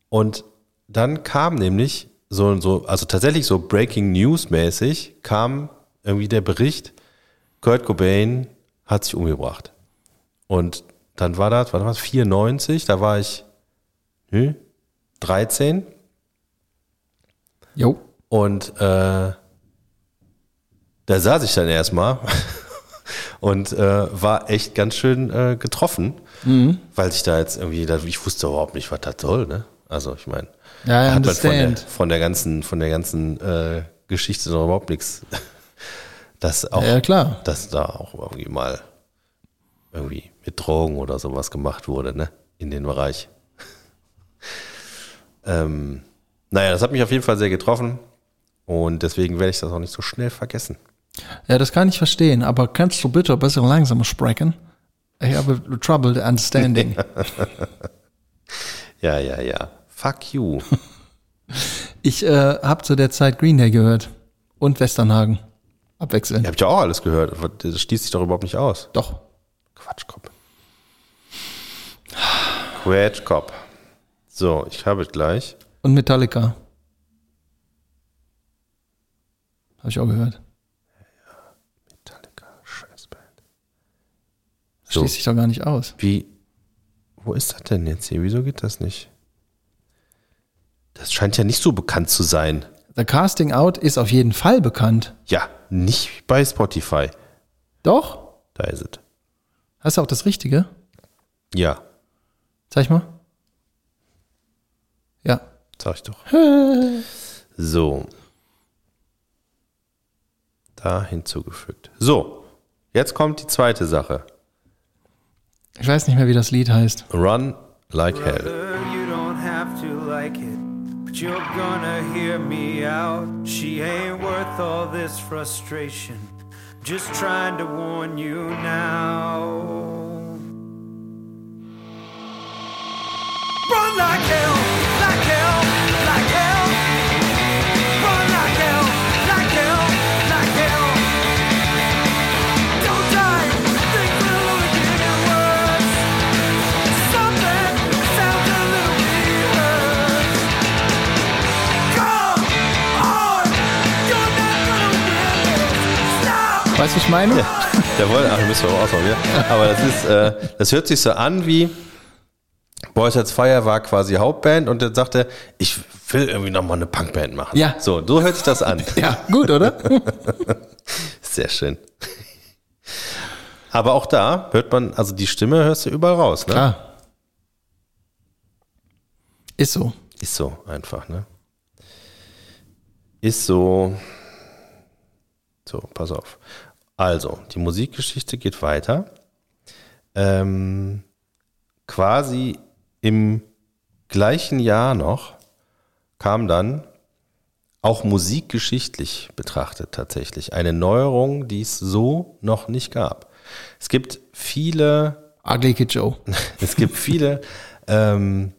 Speaker 1: und dann kam nämlich so, so, also tatsächlich so Breaking News mäßig kam irgendwie der Bericht, Kurt Cobain hat sich umgebracht. Und dann war das, wann war das? 94, da war ich hm, 13
Speaker 2: jo.
Speaker 1: und äh, da saß ich dann erstmal und äh, war echt ganz schön äh, getroffen,
Speaker 2: Mhm.
Speaker 1: weil ich da jetzt irgendwie, da- ich wusste überhaupt nicht, was das soll, ne? Also ich meine,
Speaker 2: Ja, I
Speaker 1: hat man von der,
Speaker 2: understand.
Speaker 1: von der ganzen, von der ganzen äh, Geschichte noch überhaupt nichts. Dass auch,
Speaker 2: Ja, klar.
Speaker 1: dass da auch irgendwie mal irgendwie mit Drogen oder sowas gemacht wurde, ne? In den Bereich. ähm, naja, das hat mich auf jeden Fall sehr getroffen und deswegen werde ich das auch nicht so schnell vergessen.
Speaker 2: Ja, das kann ich verstehen, aber kannst du bitte ein bisschen langsamer sprechen? Ich habe trouble understanding.
Speaker 1: Ja, ja, ja. Fuck you.
Speaker 2: Ich äh, habe zu der Zeit Green Day gehört und Westernhagen. Abwechselnd.
Speaker 1: Ihr habt ja auch alles gehört. Das schließt sich doch überhaupt nicht aus.
Speaker 2: Doch.
Speaker 1: Quatschkopf. Quatschkopf. So, ich habe gleich.
Speaker 2: Und Metallica. Habe ich auch gehört.
Speaker 1: Metallica, Scheißband.
Speaker 2: So.
Speaker 1: So,
Speaker 2: Schließt sich doch gar nicht aus.
Speaker 1: wie. Wo ist das denn jetzt hier? Wieso geht das nicht? Das scheint ja nicht so bekannt zu sein.
Speaker 2: The Casting Out ist auf jeden Fall bekannt.
Speaker 1: Ja, nicht bei Spotify.
Speaker 2: Doch?
Speaker 1: Da ist es.
Speaker 2: Hast du auch das Richtige?
Speaker 1: Ja,
Speaker 2: Zeig mal. Ja.
Speaker 1: sag ich doch. so. Da hinzugefügt. So, jetzt kommt die zweite Sache.
Speaker 2: Ich weiß nicht mehr, wie das Lied heißt.
Speaker 1: Run like hell.
Speaker 3: You don't have to like it, but you're gonna hear me out. She ain't worth all this frustration. Just trying to warn you now.
Speaker 4: Run like hell, like hell, like hell. Run like hell, like hell, like hell. Don't die, things will only get worse. Something sounds a little weird. Come on, you're not gonna win this. Stop.
Speaker 2: Weißt du, was ich meine?
Speaker 1: Jawohl, ach, müssen wir auch ausmachen, ja. Aber das ist, äh, das hört sich so an wie Boys Hats Fire war quasi Hauptband und dann sagte er, ich will irgendwie nochmal eine Punkband machen.
Speaker 2: Ja.
Speaker 1: So, so hört sich das an.
Speaker 2: Ja, gut, oder?
Speaker 1: Sehr schön. Aber auch da hört man, also die Stimme hörst du überall raus, ne?
Speaker 2: Klar. Ist so.
Speaker 1: Ist so einfach, ne? Ist so. So, pass auf. Also, die Musikgeschichte geht weiter. Ähm, quasi im gleichen Jahr noch kam dann, auch musikgeschichtlich betrachtet tatsächlich, eine Neuerung, die es so noch nicht gab. Es gibt viele
Speaker 2: Ugly Kid Joe.
Speaker 1: es gibt viele, ähm,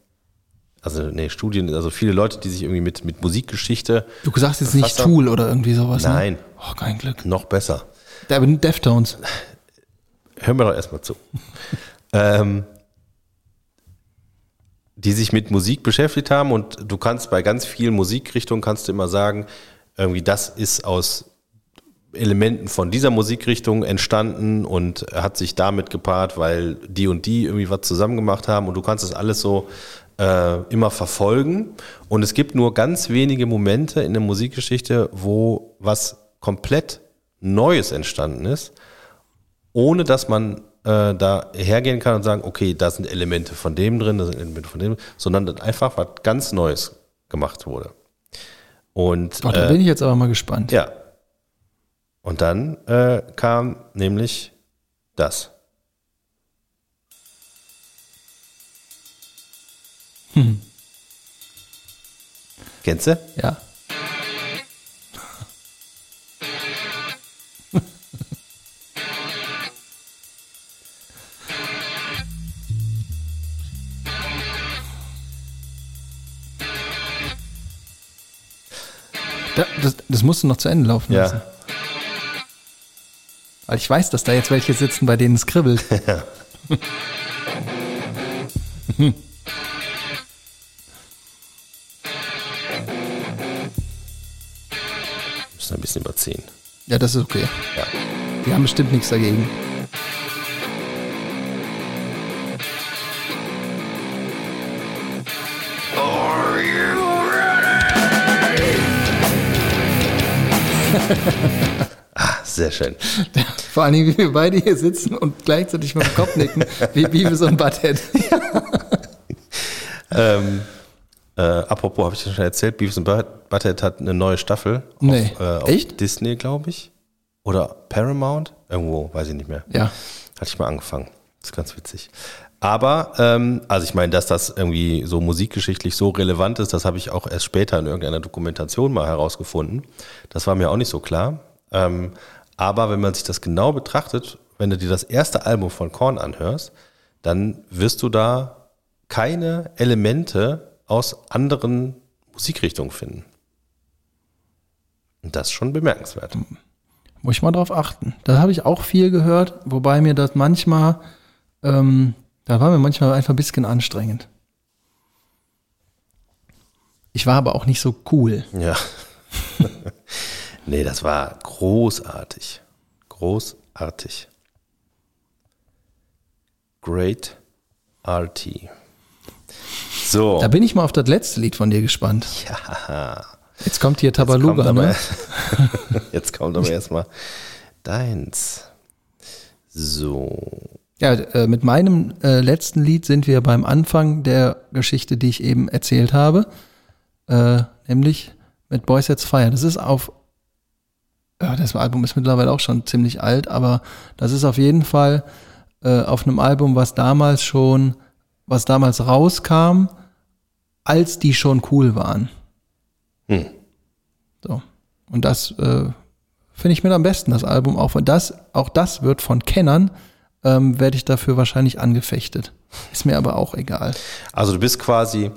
Speaker 1: also nee, Studien, also viele Leute, die sich irgendwie mit, mit Musikgeschichte
Speaker 2: Du sagst jetzt nicht
Speaker 1: Fast ab-
Speaker 2: Tool oder irgendwie sowas.
Speaker 1: Nein.
Speaker 2: Ne? Oh, kein Glück.
Speaker 1: noch besser.
Speaker 2: Da bin Deftones.
Speaker 1: Hören wir doch erstmal zu. ähm, die sich mit Musik beschäftigt haben und du kannst bei ganz vielen Musikrichtungen kannst du immer sagen, irgendwie das ist aus Elementen von dieser Musikrichtung entstanden und hat sich damit gepaart, weil die und die irgendwie was zusammen gemacht haben und du kannst das alles so äh, immer verfolgen. Und es gibt nur ganz wenige Momente in der Musikgeschichte, wo was komplett Neues entstanden ist, ohne dass man äh, da hergehen kann und sagen, okay, da sind Elemente von dem drin, da sind Elemente von dem, sondern dass einfach was ganz Neues gemacht wurde. Und
Speaker 2: Oh, da bin ich jetzt aber mal gespannt.
Speaker 1: ja. Und dann äh, kam nämlich das. Kennst du?
Speaker 2: Ja. Da, das, das musst du noch zu Ende laufen lassen.
Speaker 1: Ja.
Speaker 2: Weil ich weiß, dass da jetzt welche sitzen, bei denen es kribbelt.
Speaker 1: Müssen ein bisschen überziehen.
Speaker 2: ja, das ist okay.
Speaker 1: Ja.
Speaker 2: Die haben bestimmt nichts dagegen.
Speaker 1: Sehr schön.
Speaker 2: Vor allen Dingen, wie wir beide hier sitzen und gleichzeitig mit dem Kopf nicken, wie Beavis und Butthead.
Speaker 1: ähm, äh, apropos, habe ich dir schon erzählt, Beavis and Butt- Butthead hat eine neue Staffel.
Speaker 2: Nee.
Speaker 1: Auf, äh, auf
Speaker 2: Echt?
Speaker 1: Disney, glaube ich. Oder Paramount. Irgendwo, weiß ich nicht mehr.
Speaker 2: Ja.
Speaker 1: Hatte ich mal angefangen. Das ist ganz witzig. Aber, ähm, also ich meine, dass das irgendwie so musikgeschichtlich so relevant ist, das habe ich auch erst später in irgendeiner Dokumentation mal herausgefunden. Das war mir auch nicht so klar. Ähm, aber wenn man sich das genau betrachtet, wenn du dir das erste Album von Korn anhörst, dann wirst du da keine Elemente aus anderen Musikrichtungen finden. Und das ist schon bemerkenswert.
Speaker 2: Muss ich mal drauf achten. Da habe ich auch viel gehört, wobei mir das manchmal, ähm, da war mir manchmal einfach ein bisschen anstrengend. Ich war aber auch nicht so cool.
Speaker 1: Ja. nee, das war großartig. Großartig. Great RT. So.
Speaker 2: Da bin ich mal auf das letzte Lied von dir gespannt.
Speaker 1: ja.
Speaker 2: Jetzt kommt hier
Speaker 1: Kommt
Speaker 2: Tabaluga,
Speaker 1: aber,
Speaker 2: ne?
Speaker 1: Jetzt kommt aber erstmal deins. So.
Speaker 2: Ja, äh, mit meinem äh, letzten Lied sind wir beim Anfang der Geschichte, die ich eben erzählt habe, äh, nämlich mit Boys Sets Fire. Das ist auf, ja, das Album ist mittlerweile auch schon ziemlich alt, aber das ist auf jeden Fall äh, auf einem Album, was damals schon, was damals rauskam, als die schon cool waren.
Speaker 1: Hm.
Speaker 2: So. Und das äh, finde ich mit am besten, das Album. Auch, wenn das, auch das wird von Kennern, ähm, werde ich dafür wahrscheinlich angefechtet. Ist mir aber auch egal.
Speaker 1: Also du bist quasi,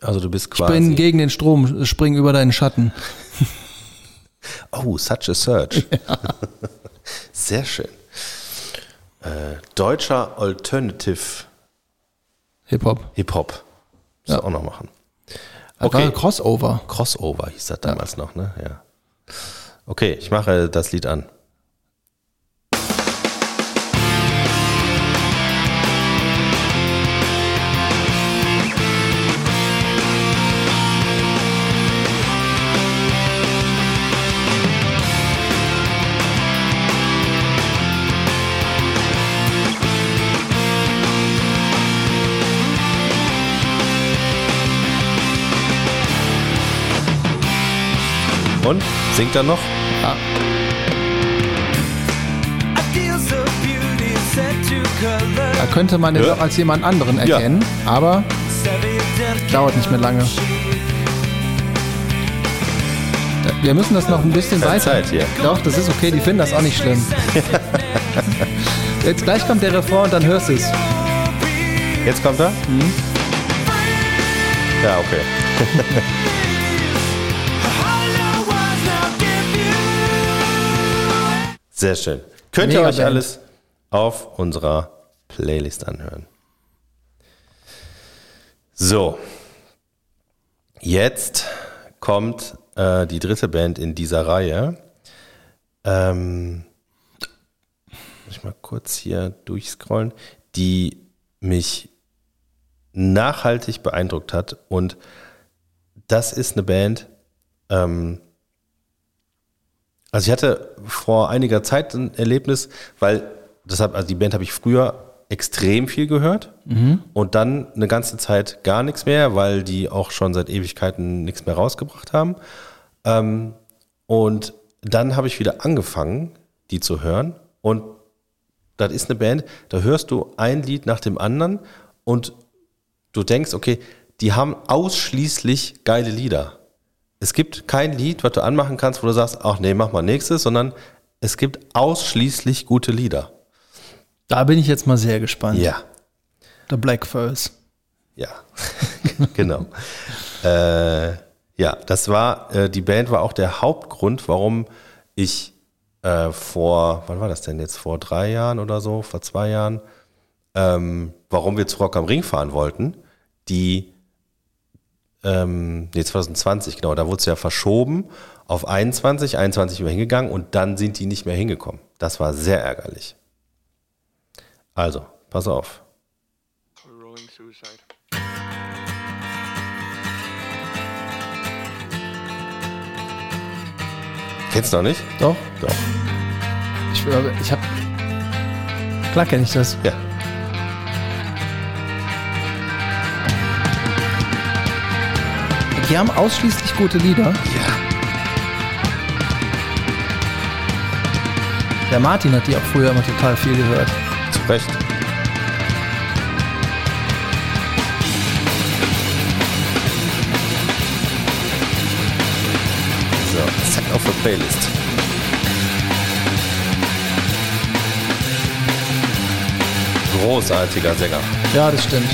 Speaker 1: also du bist quasi.
Speaker 2: Spring gegen den Strom, äh, spring über deinen Schatten.
Speaker 1: Oh, such a search. Sehr schön. Äh, deutscher Alternative
Speaker 2: Hip-Hop.
Speaker 1: Hip Hop. Muss auch noch machen.
Speaker 2: Das
Speaker 1: Okay.
Speaker 2: war Crossover.
Speaker 1: Crossover hieß das damals noch, ne? Ja. Okay, ich mache das Lied an. Und singt dann noch?
Speaker 4: Ideals of beauty set to color.
Speaker 2: Da könnte man den
Speaker 1: Ja.
Speaker 2: auch als jemand anderen erkennen, aber Dauert nicht mehr lange. wir müssen das noch ein bisschen
Speaker 1: Keine
Speaker 2: weiter.
Speaker 1: Zeit hier.
Speaker 2: Doch, das ist okay, die finden das auch nicht schlimm. Jetzt gleich kommt der Refrain und dann hörst du es.
Speaker 1: Jetzt kommt er? Ja, okay. Sehr schön. Könnt ihr
Speaker 2: Mega
Speaker 1: euch
Speaker 2: Band.
Speaker 1: alles auf unserer Playlist anhören. So. Jetzt kommt äh, die dritte Band in dieser Reihe. Ähm, muss ich mal kurz hier durchscrollen, die mich nachhaltig beeindruckt hat. Und das ist eine Band, ähm, also ich hatte vor einiger Zeit ein Erlebnis, weil deshalb, also die Band habe ich früher extrem viel gehört und dann eine ganze Zeit gar nichts mehr, weil die auch schon seit Ewigkeiten nichts mehr rausgebracht haben. Ähm, und dann habe ich wieder angefangen, die zu hören und das ist eine Band, da hörst du ein Lied nach dem anderen und du denkst, okay, die haben ausschließlich geile Lieder. Es gibt kein Lied, was du anmachen kannst, wo du sagst, ach nee, mach mal nächstes, sondern es gibt ausschließlich gute Lieder.
Speaker 2: Da bin ich jetzt mal sehr gespannt.
Speaker 1: Ja.
Speaker 2: Der Black First.
Speaker 1: Ja, genau. äh, ja, das war, äh, die Band war auch der Hauptgrund, warum ich äh, vor, wann war das denn jetzt, vor drei Jahren oder so, vor zwei Jahren, ähm, warum wir zu Rock am Ring fahren wollten, die, ähm, nee, 2020, genau, da wurde es ja verschoben auf 21, 21 sind wir hingegangen und dann sind die nicht mehr hingekommen. Das war sehr ärgerlich. Also, pass auf.
Speaker 5: Rolling Suicide.
Speaker 1: Kennst du noch nicht?
Speaker 2: Doch,
Speaker 1: Doch.
Speaker 2: ich, ich habe. Klar kenne ich das.
Speaker 1: Ja.
Speaker 2: Die haben ausschließlich gute Lieder. Der Martin hat die auch früher immer total viel gehört.
Speaker 1: Zu Recht. So, zack auf der Playlist. Großartiger Sänger.
Speaker 2: Ja, das stimmt.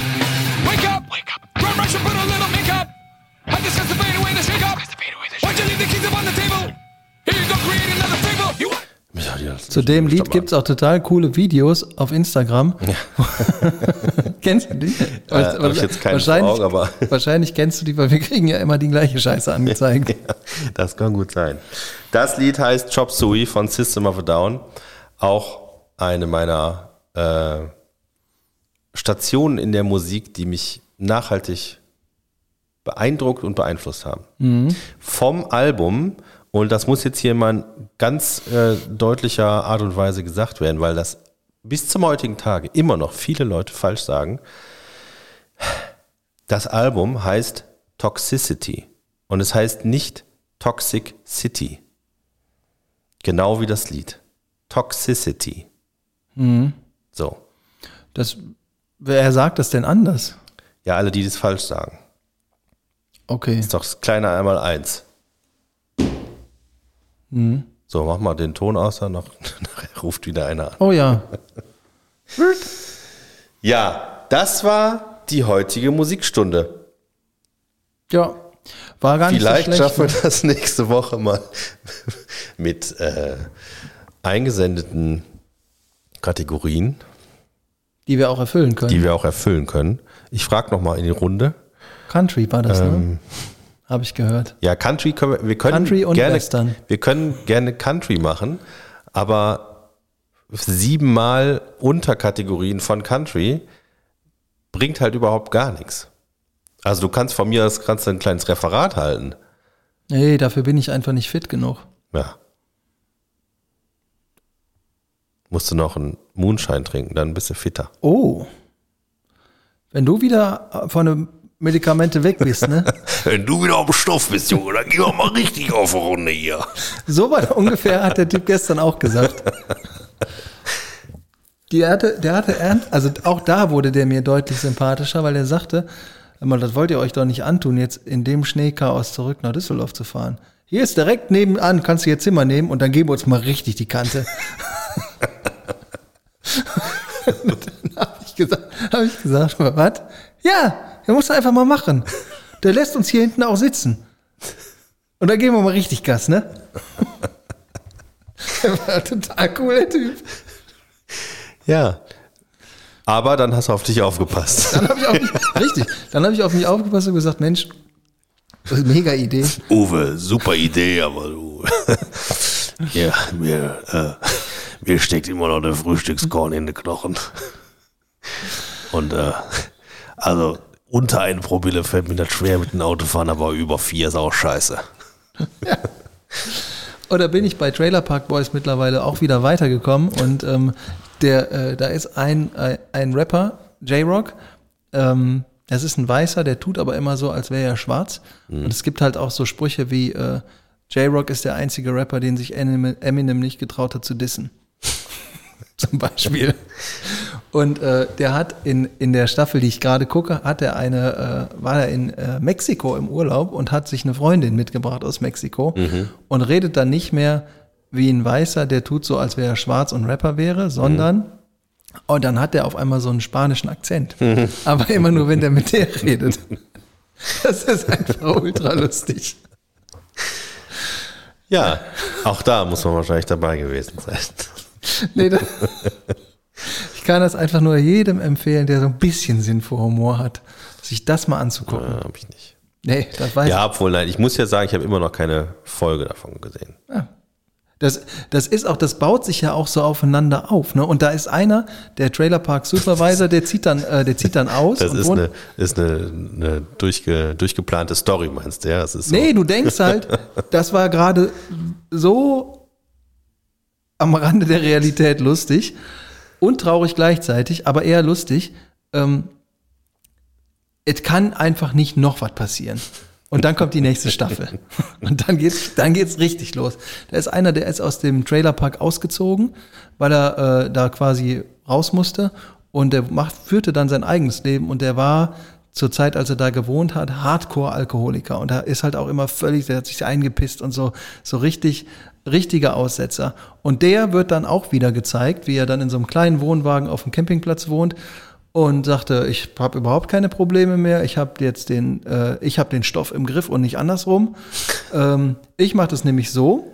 Speaker 6: Wake up! Wake up! Run, rush, and put a little makeup. I just has to fade away the shake up. Has to fade away the shake Why'd you leave the keys up on the table? Here you go, create another fable. You
Speaker 2: Zu dem Lied gibt's auch total coole Videos auf Instagram. kennst du die?
Speaker 1: Äh, hab ich jetzt keinen
Speaker 2: wahrscheinlich,
Speaker 1: vor Augen, aber-
Speaker 2: wahrscheinlich kennst du die, weil wir kriegen ja immer die gleiche Scheiße angezeigt.
Speaker 1: Das kann gut sein. Das Lied heißt Chop Suey von System of a Down. Auch eine meiner äh, Stationen in der Musik, die mich nachhaltig beeindruckt und beeinflusst haben. Vom Album, und das muss jetzt hier mal in ganz äh, deutlicher Art und Weise gesagt werden, weil das bis zum heutigen Tage immer noch viele Leute falsch sagen, das Album heißt Toxicity und es heißt nicht Toxic City. Genau wie das Lied. Toxicity. So.
Speaker 2: Das, wer sagt das denn anders?
Speaker 1: Ja, alle, die das falsch sagen.
Speaker 2: Okay.
Speaker 1: Ist doch das kleine einmal eins. So, mach mal den Ton aus, dann noch, nachher ruft wieder einer an.
Speaker 2: Oh ja.
Speaker 1: Ja, das war die heutige Musikstunde.
Speaker 2: Ja. War gar nicht
Speaker 1: Vielleicht
Speaker 2: so schlecht.
Speaker 1: schaffen wir das nächste Woche mal mit äh, eingesendeten Kategorien,
Speaker 2: Die wir auch erfüllen können.
Speaker 1: die wir auch erfüllen können. Ich frage nochmal in die Runde.
Speaker 2: Country war das,
Speaker 1: Ähm.
Speaker 2: ne? Habe ich gehört.
Speaker 1: Ja, Country können wir, wir können
Speaker 2: Country und
Speaker 1: gerne,
Speaker 2: Western.
Speaker 1: Wir können gerne Country machen, aber siebenmal Unterkategorien von Country bringt halt überhaupt gar nichts. Also du kannst von mir aus kannst du ein kleines Referat halten.
Speaker 2: Nee, dafür bin ich einfach nicht fit genug.
Speaker 1: Ja. Musst du noch einen Moonshine trinken, dann bist du fitter.
Speaker 2: Oh. Wenn du wieder von den Medikamente weg bist, ne?
Speaker 1: Wenn du wieder auf dem Stoff bist, Junge, dann gehen wir mal richtig auf eine Runde hier.
Speaker 2: So was ungefähr hat der Typ gestern auch gesagt. Die hatte, der hatte ernst, also auch da wurde der mir deutlich sympathischer, weil er sagte, immer, das wollt ihr euch doch nicht antun, jetzt in dem Schneechaos zurück nach Düsseldorf zu fahren. Hier ist direkt nebenan, kannst du ihr Zimmer nehmen und dann geben wir uns mal richtig die Kante. Und dann habe ich gesagt, habe ich gesagt, was? Ja, er muss einfach mal machen. Der lässt uns hier hinten auch sitzen. Und dann geben wir mal richtig Gas, ne? Der war total cooler Typ.
Speaker 1: Ja. Aber dann hast du auf dich aufgepasst.
Speaker 2: Dann habe ich auf mich, richtig, dann habe ich auf mich aufgepasst und gesagt, Mensch, das ist eine mega Idee.
Speaker 1: Uwe, super Idee, aber du. ja, mir, äh, mir steckt immer noch der Frühstückskorn in den Knochen. Und äh, also unter einem Promille fällt mir das schwer mit dem Autofahren, aber über vier ist auch scheiße.
Speaker 2: Oder bin ich bei Trailer Park Boys mittlerweile auch wieder weitergekommen und ähm, der, äh, da ist ein, äh, ein Rapper, J-Rock, ähm, das ist ein Weißer, der tut aber immer so, als wäre er schwarz. Und es gibt halt auch so Sprüche wie, äh, J-Rock ist der einzige Rapper, den sich Eminem Eminem nicht getraut hat zu dissen. Zum Beispiel. Und äh, der hat in, in der Staffel, die ich gerade gucke, hat er eine, äh, war er in äh, Mexiko im Urlaub und hat sich eine Freundin mitgebracht aus Mexiko und redet dann nicht mehr wie ein Weißer, der tut so, als wäre er schwarz und Rapper wäre, sondern und dann hat er auf einmal so einen spanischen Akzent. Aber immer nur, wenn der mit der redet. Das ist einfach ultra lustig.
Speaker 1: Ja, auch da muss man wahrscheinlich dabei gewesen sein.
Speaker 2: Nee, das, ich kann das einfach nur jedem empfehlen, der so ein bisschen Sinn für Humor hat, sich das mal anzugucken.
Speaker 1: Ja, hab ich nicht.
Speaker 2: Nee, das weiß
Speaker 1: Ja, obwohl, nein, ich muss ja sagen, ich habe immer noch keine Folge davon gesehen.
Speaker 2: Das, das ist auch, das baut sich ja auch so aufeinander auf. Ne? Und da ist einer, der Trailer Park Supervisor, der zieht dann, äh, der zieht dann aus.
Speaker 1: Das
Speaker 2: und
Speaker 1: ist
Speaker 2: wohnt-
Speaker 1: eine, ist eine, eine durchge, durchgeplante Story, meinst du? Ja, das ist so.
Speaker 2: Nee, du denkst halt, das war gerade so am Rande der Realität lustig und traurig gleichzeitig, aber eher lustig. Ähm, es kann einfach nicht noch was passieren. Und dann kommt die nächste Staffel. Und dann geht's, dann geht's richtig los. Da ist einer, der ist aus dem Trailerpark ausgezogen, weil er äh, da quasi raus musste. Und der macht, führte dann sein eigenes Leben. Und der war zur Zeit, als er da gewohnt hat, Hardcore-Alkoholiker. Und da ist halt auch immer völlig, der hat sich eingepisst und so, so richtig, richtiger Aussetzer. Und der wird dann auch wieder gezeigt, wie er dann in so einem kleinen Wohnwagen auf dem Campingplatz wohnt und sagte, ich habe überhaupt keine Probleme mehr. Ich habe jetzt den, äh, ich habe den Stoff im Griff und nicht andersrum. Ähm, ich mache das nämlich so.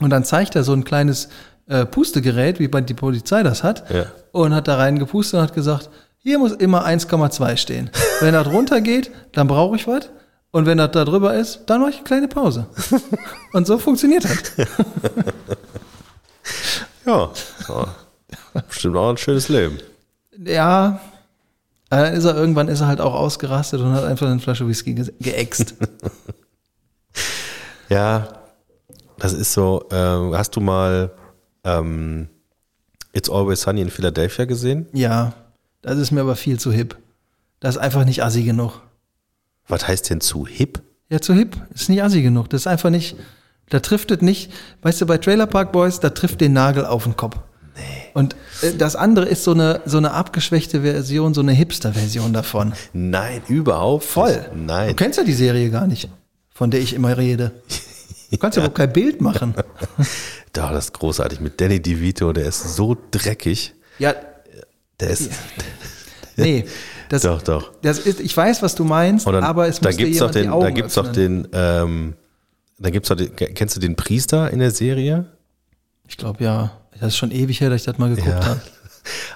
Speaker 2: Und dann zeigt er so ein kleines äh, Pustegerät, wie bei die Polizei das hat,
Speaker 1: Ja.
Speaker 2: und hat da reingepustet und hat gesagt, hier muss immer 1,2 stehen. Wenn das runtergeht, dann brauche ich was. Und wenn das da drüber ist, dann mache ich eine kleine Pause. Und so funktioniert das.
Speaker 1: Ja, ja. bestimmt auch ein schönes Leben.
Speaker 2: Ja, aber dann ist er irgendwann ist er halt auch ausgerastet und hat einfach eine Flasche Whisky ge geäxt.
Speaker 1: Ja, das ist so. ähm, hast du mal ähm,
Speaker 7: It's Always Sunny in Philadelphia gesehen?
Speaker 2: Ja, das ist mir aber viel zu hip. Das ist einfach nicht assi genug.
Speaker 7: Was heißt denn zu hip?
Speaker 2: Ja, zu hip. Ist nicht assi genug. Das ist einfach nicht. Da trifft es nicht. Weißt du, bei Trailer Park Boys, da trifft den Nagel auf den Kopf. Und äh, das andere ist so eine, so eine abgeschwächte Version, so eine Hipster-Version davon.
Speaker 7: Nein, überhaupt. nicht.
Speaker 2: Voll.
Speaker 7: Nein.
Speaker 2: Du kennst ja die Serie gar nicht, von der ich immer rede. Du kannst ja überhaupt kein Bild machen.
Speaker 7: Da, das ist großartig mit Danny DeVito, der ist so dreckig.
Speaker 2: Ja,
Speaker 7: Der ist.
Speaker 2: nee. Das,
Speaker 7: Doch, doch.
Speaker 2: Das ist, ich weiß, was du meinst,
Speaker 7: Und dann,
Speaker 2: aber es
Speaker 7: da
Speaker 2: muss dir
Speaker 7: gibt's doch
Speaker 2: jemand die
Speaker 7: den,
Speaker 2: Augen
Speaker 7: da gibt's doch
Speaker 2: öffnen.
Speaker 7: den, ähm, da gibt's doch den, kennst du den Priester in der Serie?
Speaker 2: Ich glaube, ja. Das ist schon ewig her, dass ich das mal geguckt
Speaker 7: Ja.
Speaker 2: habe.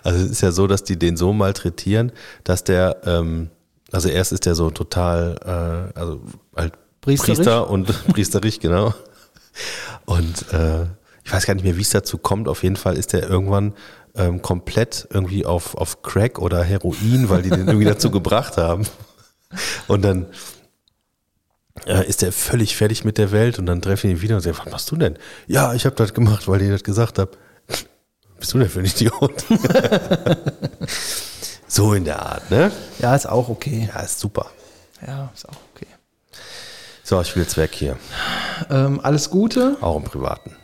Speaker 7: Also es ist ja so, dass die den so malträtieren, dass der, ähm, also erst ist der so total, äh, also halt
Speaker 2: Priesterisch?
Speaker 7: Priester und Priesterich, genau. Und äh, ich weiß gar nicht mehr, wie es dazu kommt. Auf jeden Fall ist der irgendwann ähm, komplett irgendwie auf, auf Crack oder Heroin, weil die den irgendwie dazu gebracht haben. Und dann äh, ist er völlig fertig mit der Welt und dann treffe ich ihn wieder und sage, was machst du denn? Ja, ich habe das gemacht, weil ich das gesagt habe. Bist du denn für ein Idiot? so in der Art, ne?
Speaker 2: Ja, ist auch okay.
Speaker 7: Ja, ist super.
Speaker 2: Ja, ist auch okay.
Speaker 7: So, ich will jetzt weg hier.
Speaker 2: Ähm, alles Gute.
Speaker 7: Auch im Privaten.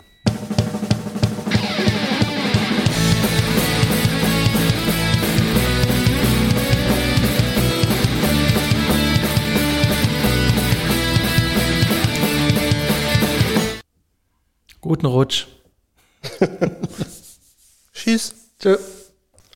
Speaker 2: Guten Rutsch.
Speaker 7: Tschüss.
Speaker 2: Tschö.